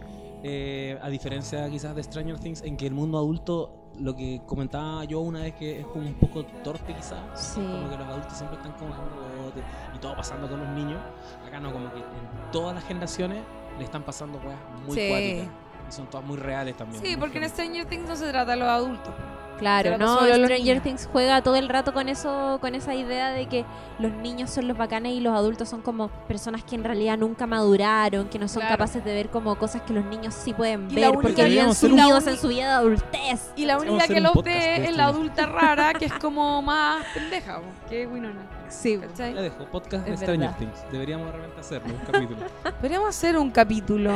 Speaker 1: eh, a diferencia quizás de Stranger Things, en que el mundo adulto, lo que comentaba yo una vez que es como un poco torpe quizás,
Speaker 3: Sí.
Speaker 1: como que los adultos siempre están como jugando huevote y todo pasando con los niños. Acá no, como que en todas las generaciones le están pasando weas muy
Speaker 2: Sí.
Speaker 1: cuáticas. Y son todas muy reales también.
Speaker 2: Sí,
Speaker 1: muy
Speaker 2: porque en este
Speaker 1: heavy.
Speaker 2: Stranger Things no se trata de los adultos.
Speaker 3: Claro,
Speaker 2: Pero
Speaker 3: no,
Speaker 2: solo los
Speaker 3: Stranger
Speaker 2: niños.
Speaker 3: Things juega todo el rato con eso, con esa idea de que los niños son los bacanes y los adultos son como personas que en realidad nunca maduraron, que no son
Speaker 2: Claro.
Speaker 3: capaces de ver como cosas que los niños sí pueden
Speaker 2: Y
Speaker 3: ver
Speaker 2: la única-
Speaker 3: porque viven
Speaker 1: Deberíamos ser un-
Speaker 3: sumidos en su vida de adultez.
Speaker 2: Y la
Speaker 1: Vamos a
Speaker 2: única
Speaker 1: hacer
Speaker 2: que
Speaker 1: un
Speaker 2: los
Speaker 1: podcast de
Speaker 2: ve es
Speaker 1: esto,
Speaker 2: la
Speaker 1: ¿no? <laughs>
Speaker 2: adulta rara, que es como más pendeja, po, que es Winona.
Speaker 3: Sí.
Speaker 2: ¿cachai?
Speaker 1: La dejo, podcast de
Speaker 3: Es
Speaker 1: Stranger
Speaker 3: verdad.
Speaker 1: Things. Deberíamos realmente hacerlo, un capítulo. <laughs>
Speaker 2: Podríamos hacer un capítulo.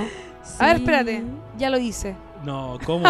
Speaker 2: A ver, espérate, ya lo hice.
Speaker 1: no,
Speaker 2: <laughs>
Speaker 1: ¿cómo?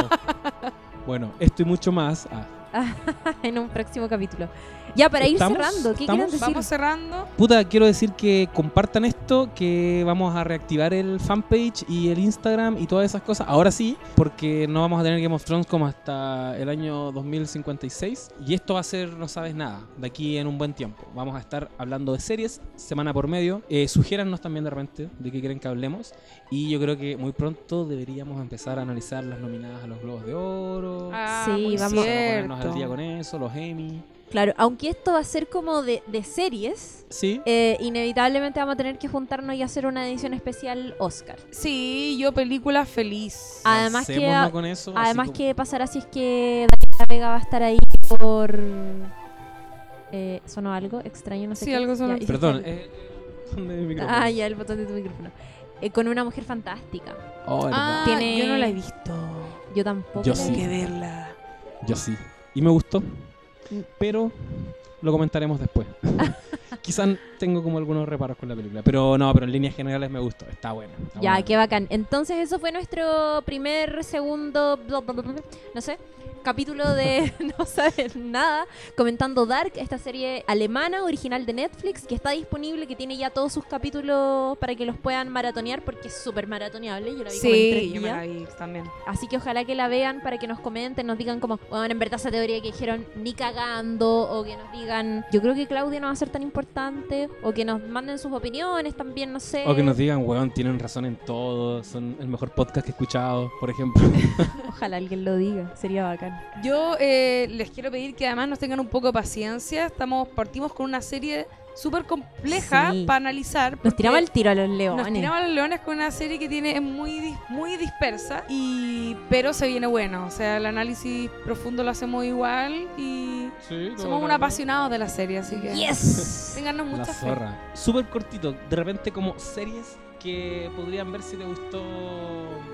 Speaker 1: bueno, esto y mucho más. Ah,
Speaker 3: <laughs> en un próximo capítulo. Ya para ir
Speaker 1: ¿Estamos?
Speaker 3: cerrando, ¿qué
Speaker 1: ¿Estamos?
Speaker 3: quieren decir?
Speaker 2: Vamos cerrando.
Speaker 1: Puta, quiero decir que compartan esto, que vamos a reactivar el fanpage y el Instagram y todas esas cosas. Ahora sí, porque no vamos a tener Game of Thrones como hasta el año 2056. Y esto va a ser No Sabes Nada, de aquí en un buen tiempo. Vamos a estar hablando de series semana por medio. Eh, sugiérannos también de repente de qué quieren que hablemos. Y yo creo que muy pronto deberíamos empezar a analizar las nominadas a los Globos de Oro.
Speaker 2: Ah,
Speaker 3: Sí,
Speaker 2: muy
Speaker 3: vamos.
Speaker 1: Vamos a ponernos
Speaker 2: cierto.
Speaker 1: al día con eso, los Emmy.
Speaker 3: Claro, aunque esto va a ser como de, de series,
Speaker 1: Sí,
Speaker 3: eh, inevitablemente vamos a tener que juntarnos y hacer una edición especial Oscar.
Speaker 2: Sí, yo película feliz.
Speaker 3: Además que-
Speaker 1: lancémonos con eso, así
Speaker 3: Además,
Speaker 1: como-
Speaker 3: ¿qué pasará si es que Daniela Vega va a estar ahí por... Eh, ¿Sonó algo extraño? No sé
Speaker 2: Sí,
Speaker 3: qué.
Speaker 2: algo sonó.
Speaker 3: Ya, hiciste
Speaker 1: Perdón,
Speaker 3: algo.
Speaker 1: eh, <laughs> ¿dónde es el micrófono?
Speaker 3: Ah, ya, el botón de tu micrófono. Eh, con una mujer fantástica.
Speaker 1: Oh, verdad.
Speaker 2: Ah,
Speaker 3: Tiene-
Speaker 2: yo no la he visto.
Speaker 3: Yo tampoco.
Speaker 1: Yo
Speaker 3: la he
Speaker 1: sí.
Speaker 2: Hay que
Speaker 3: visto.
Speaker 2: verla.
Speaker 3: Ah.
Speaker 1: Yo sí. Y me gustó.
Speaker 3: Mm.
Speaker 1: Pero lo comentaremos
Speaker 3: <laughs>
Speaker 1: después. Quizás tengo como algunos reparos con la película. Pero no, pero en líneas generales me gustó. Está buena. está
Speaker 3: Ya,
Speaker 1: buena.
Speaker 3: qué bacán. Entonces, eso fue nuestro primer, segundo, bla, bla, bla, bla, no sé, capítulo
Speaker 1: <laughs>
Speaker 3: de No Sabes Nada, comentando Dark, esta serie alemana, original de Netflix, que está disponible, que tiene ya todos sus capítulos para que los puedan maratonear, porque es súper maratoneable. Yo la vi como en tres
Speaker 2: Sí, yo me
Speaker 3: días.
Speaker 2: la vi también.
Speaker 3: Así que ojalá que la vean para que nos comenten, nos digan como, bueno, en verdad esa teoría que dijeron ni cagando, o que nos digan, yo creo que Claudia no va a ser tan importante, o que nos manden sus opiniones también, no sé.
Speaker 1: O que nos digan, weón, tienen razón en todo. Son el mejor podcast que he escuchado, por
Speaker 3: <laughs>
Speaker 1: ejemplo.
Speaker 3: Ojalá alguien lo diga, sería bacán.
Speaker 2: Yo eh, les quiero pedir que además nos tengan un poco de paciencia. Estamos, partimos con una serie súper compleja
Speaker 3: Sí.
Speaker 2: para analizar.
Speaker 3: Nos
Speaker 2: porque
Speaker 3: tiraba el tiro a los leones.
Speaker 2: nos tiraba los leones con una serie que tiene es muy dis- muy dispersa y pero se viene bueno. O sea, el análisis profundo lo hacemos igual y somos un apasionados de la serie, así que
Speaker 3: Yes.
Speaker 2: téngannos
Speaker 1: La
Speaker 2: mucha fe.
Speaker 1: zorra. Súper cortito. De repente como series que podrían ver si te gustó.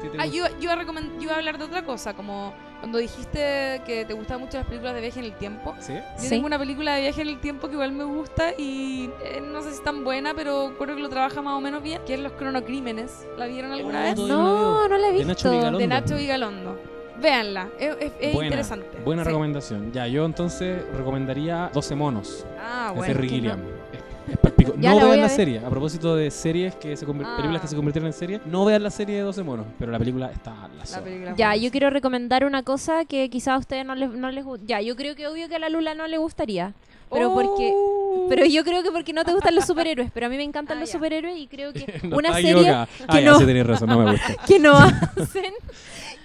Speaker 1: si te
Speaker 2: Ah,
Speaker 1: gustó.
Speaker 2: yo, yo, iba a recomen- yo iba a hablar de otra cosa, como cuando dijiste que te gustaban mucho las películas de viaje en el tiempo.
Speaker 1: ¿Sí?
Speaker 2: Yo
Speaker 3: Sí.
Speaker 2: tengo una película de viaje en el tiempo que igual me gusta y eh, no sé si es tan buena, pero creo que lo trabaja más o menos bien, que es Los Cronocrímenes. ¿La vieron alguna
Speaker 1: Oh,
Speaker 2: vez?
Speaker 1: todavía
Speaker 3: No, no la he
Speaker 1: De Nacho
Speaker 3: visto.
Speaker 1: Vigalondo.
Speaker 2: De Nacho Vigalondo. Véanla, es, es- es
Speaker 1: Buena,
Speaker 2: interesante.
Speaker 1: Buena
Speaker 2: Sí.
Speaker 1: recomendación. Ya, yo entonces recomendaría 12 monos
Speaker 2: Ah,
Speaker 1: de
Speaker 2: bueno.
Speaker 1: Terry
Speaker 3: que
Speaker 2: <laughs>
Speaker 1: Gilliam. Es, es palpico.
Speaker 3: Ya
Speaker 1: no
Speaker 3: la voy
Speaker 1: vean
Speaker 3: a
Speaker 1: la
Speaker 3: ver.
Speaker 1: serie. A propósito de series que se conver-
Speaker 2: Ah.
Speaker 1: películas que se convirtieron en serie, no vean la serie de 12 monos, pero la película está la
Speaker 2: La
Speaker 1: zorra.
Speaker 2: película
Speaker 3: Ya,
Speaker 2: buena.
Speaker 3: yo quiero recomendar una cosa que quizás a ustedes no les, no les gusta. Ya, yo creo que obvio que a la Lula no le gustaría. Pero porque
Speaker 2: Oh.
Speaker 3: Pero yo creo que porque no te gustan los superhéroes, pero a mí me encantan
Speaker 2: Ah,
Speaker 3: los
Speaker 2: ya.
Speaker 3: superhéroes y creo que
Speaker 1: <laughs> No,
Speaker 3: una
Speaker 1: estaba
Speaker 3: serie
Speaker 1: equivocada. Ah,
Speaker 3: que
Speaker 1: ya,
Speaker 2: <laughs>
Speaker 3: no-
Speaker 1: sí tenés razón, no me gusta.
Speaker 3: que no hacen,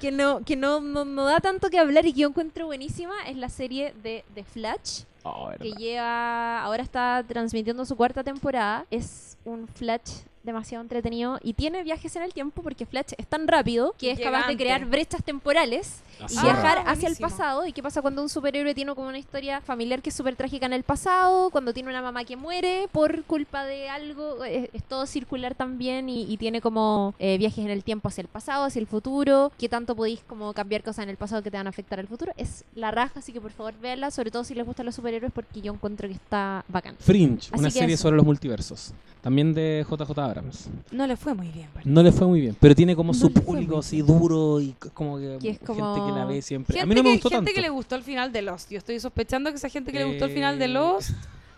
Speaker 3: que no, que no, no- no da tanto que hablar y que yo encuentro buenísima es la serie de The Flash,
Speaker 1: Oh, verdad.
Speaker 3: que lleva, ahora está transmitiendo su cuarta temporada. Es un Flash demasiado entretenido y tiene viajes en el tiempo porque Flash es tan rápido que es
Speaker 2: Llega
Speaker 3: capaz de
Speaker 2: antes.
Speaker 3: crear brechas temporales
Speaker 1: La
Speaker 3: y
Speaker 1: zorra.
Speaker 3: viajar
Speaker 2: Ah,
Speaker 3: hacia el
Speaker 2: buenísimo.
Speaker 3: pasado. ¿Y qué pasa cuando un superhéroe tiene como una historia familiar que es súper trágica en el pasado? Cuando tiene una mamá que muere por culpa de algo. eh, Es, es todo circular también y, y tiene como eh, viajes en el tiempo hacia el pasado, hacia el futuro. ¿Qué tanto podéis como cambiar cosas en el pasado que te van a afectar al futuro? Es la raja, así que por favor véanla, sobre todo si les gustan los superhéroes porque yo encuentro que está bacán.
Speaker 1: Fringe,
Speaker 3: Así
Speaker 1: una
Speaker 3: que
Speaker 1: serie
Speaker 3: eso.
Speaker 1: sobre los multiversos. También de JJ Abrams.
Speaker 2: No le fue muy bien, parece.
Speaker 1: No le fue muy bien, pero tiene como
Speaker 2: No
Speaker 1: su
Speaker 2: le fue muy
Speaker 1: público
Speaker 2: bien.
Speaker 1: así duro y c- como que,
Speaker 3: Que es
Speaker 1: gente que la
Speaker 3: como-
Speaker 1: ve siempre.
Speaker 2: Gente
Speaker 1: A mí no me
Speaker 2: que-
Speaker 1: gustó
Speaker 2: gente
Speaker 1: tanto.
Speaker 2: que le gustó el final de Lost. Yo estoy sospechando que esa gente que le gustó el final de
Speaker 1: Eh.
Speaker 2: Lost.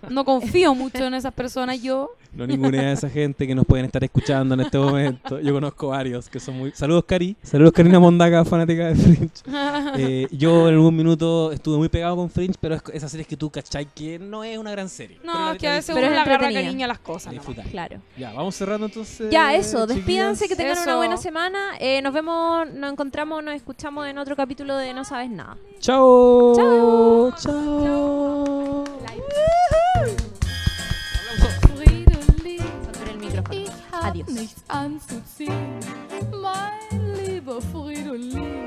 Speaker 2: No confío mucho en esas personas. Yo
Speaker 1: No ninguna de esa gente que nos pueden estar escuchando en <laughs> este momento. Yo conozco varios que son muy... Saludos, Cari. Saludos, <laughs> Karina Mondaca, fanática de Fringe. <laughs> Eh, yo en algún minuto estuve muy pegado con Fringe, pero es esas series que tú cachai que no es una gran serie. Pero
Speaker 2: No,
Speaker 1: la-
Speaker 2: es que
Speaker 1: la
Speaker 2: a
Speaker 1: disfrutas.
Speaker 2: veces uno
Speaker 3: Pero
Speaker 2: le
Speaker 3: es
Speaker 2: agarra
Speaker 3: entretenida.
Speaker 2: cariño a las cosas.
Speaker 1: La
Speaker 2: nomás.
Speaker 1: disfrutas.
Speaker 3: Claro.
Speaker 1: Ya, vamos cerrando entonces.
Speaker 3: Ya, eso,
Speaker 1: Eh, chiquillas.
Speaker 3: despídanse, que tengan una
Speaker 2: Eso.
Speaker 3: buena semana. Eh, nos vemos, nos encontramos, nos escuchamos en otro capítulo de No Sabes Nada.
Speaker 1: Chao.
Speaker 3: Chao.
Speaker 1: Chao.
Speaker 3: Sobre el micrófono.
Speaker 5: Ich hab
Speaker 3: Adios.
Speaker 5: nichts anzuziehen, mein lieber Fridolin.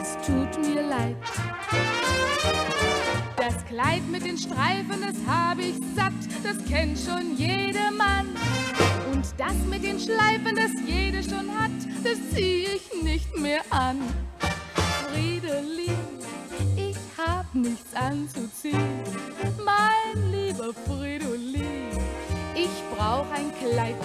Speaker 5: Es tut mir leid. Das Kleid mit den Streifen, das habe ich satt, das kennt schon jeder Mann. Und das mit den Schleifen, das jeder schon hat, das zieh ich nicht mehr an. Fridolin, ich hab nichts anzuziehen, mein lieber Fridolin. Ich brauch ein Kleid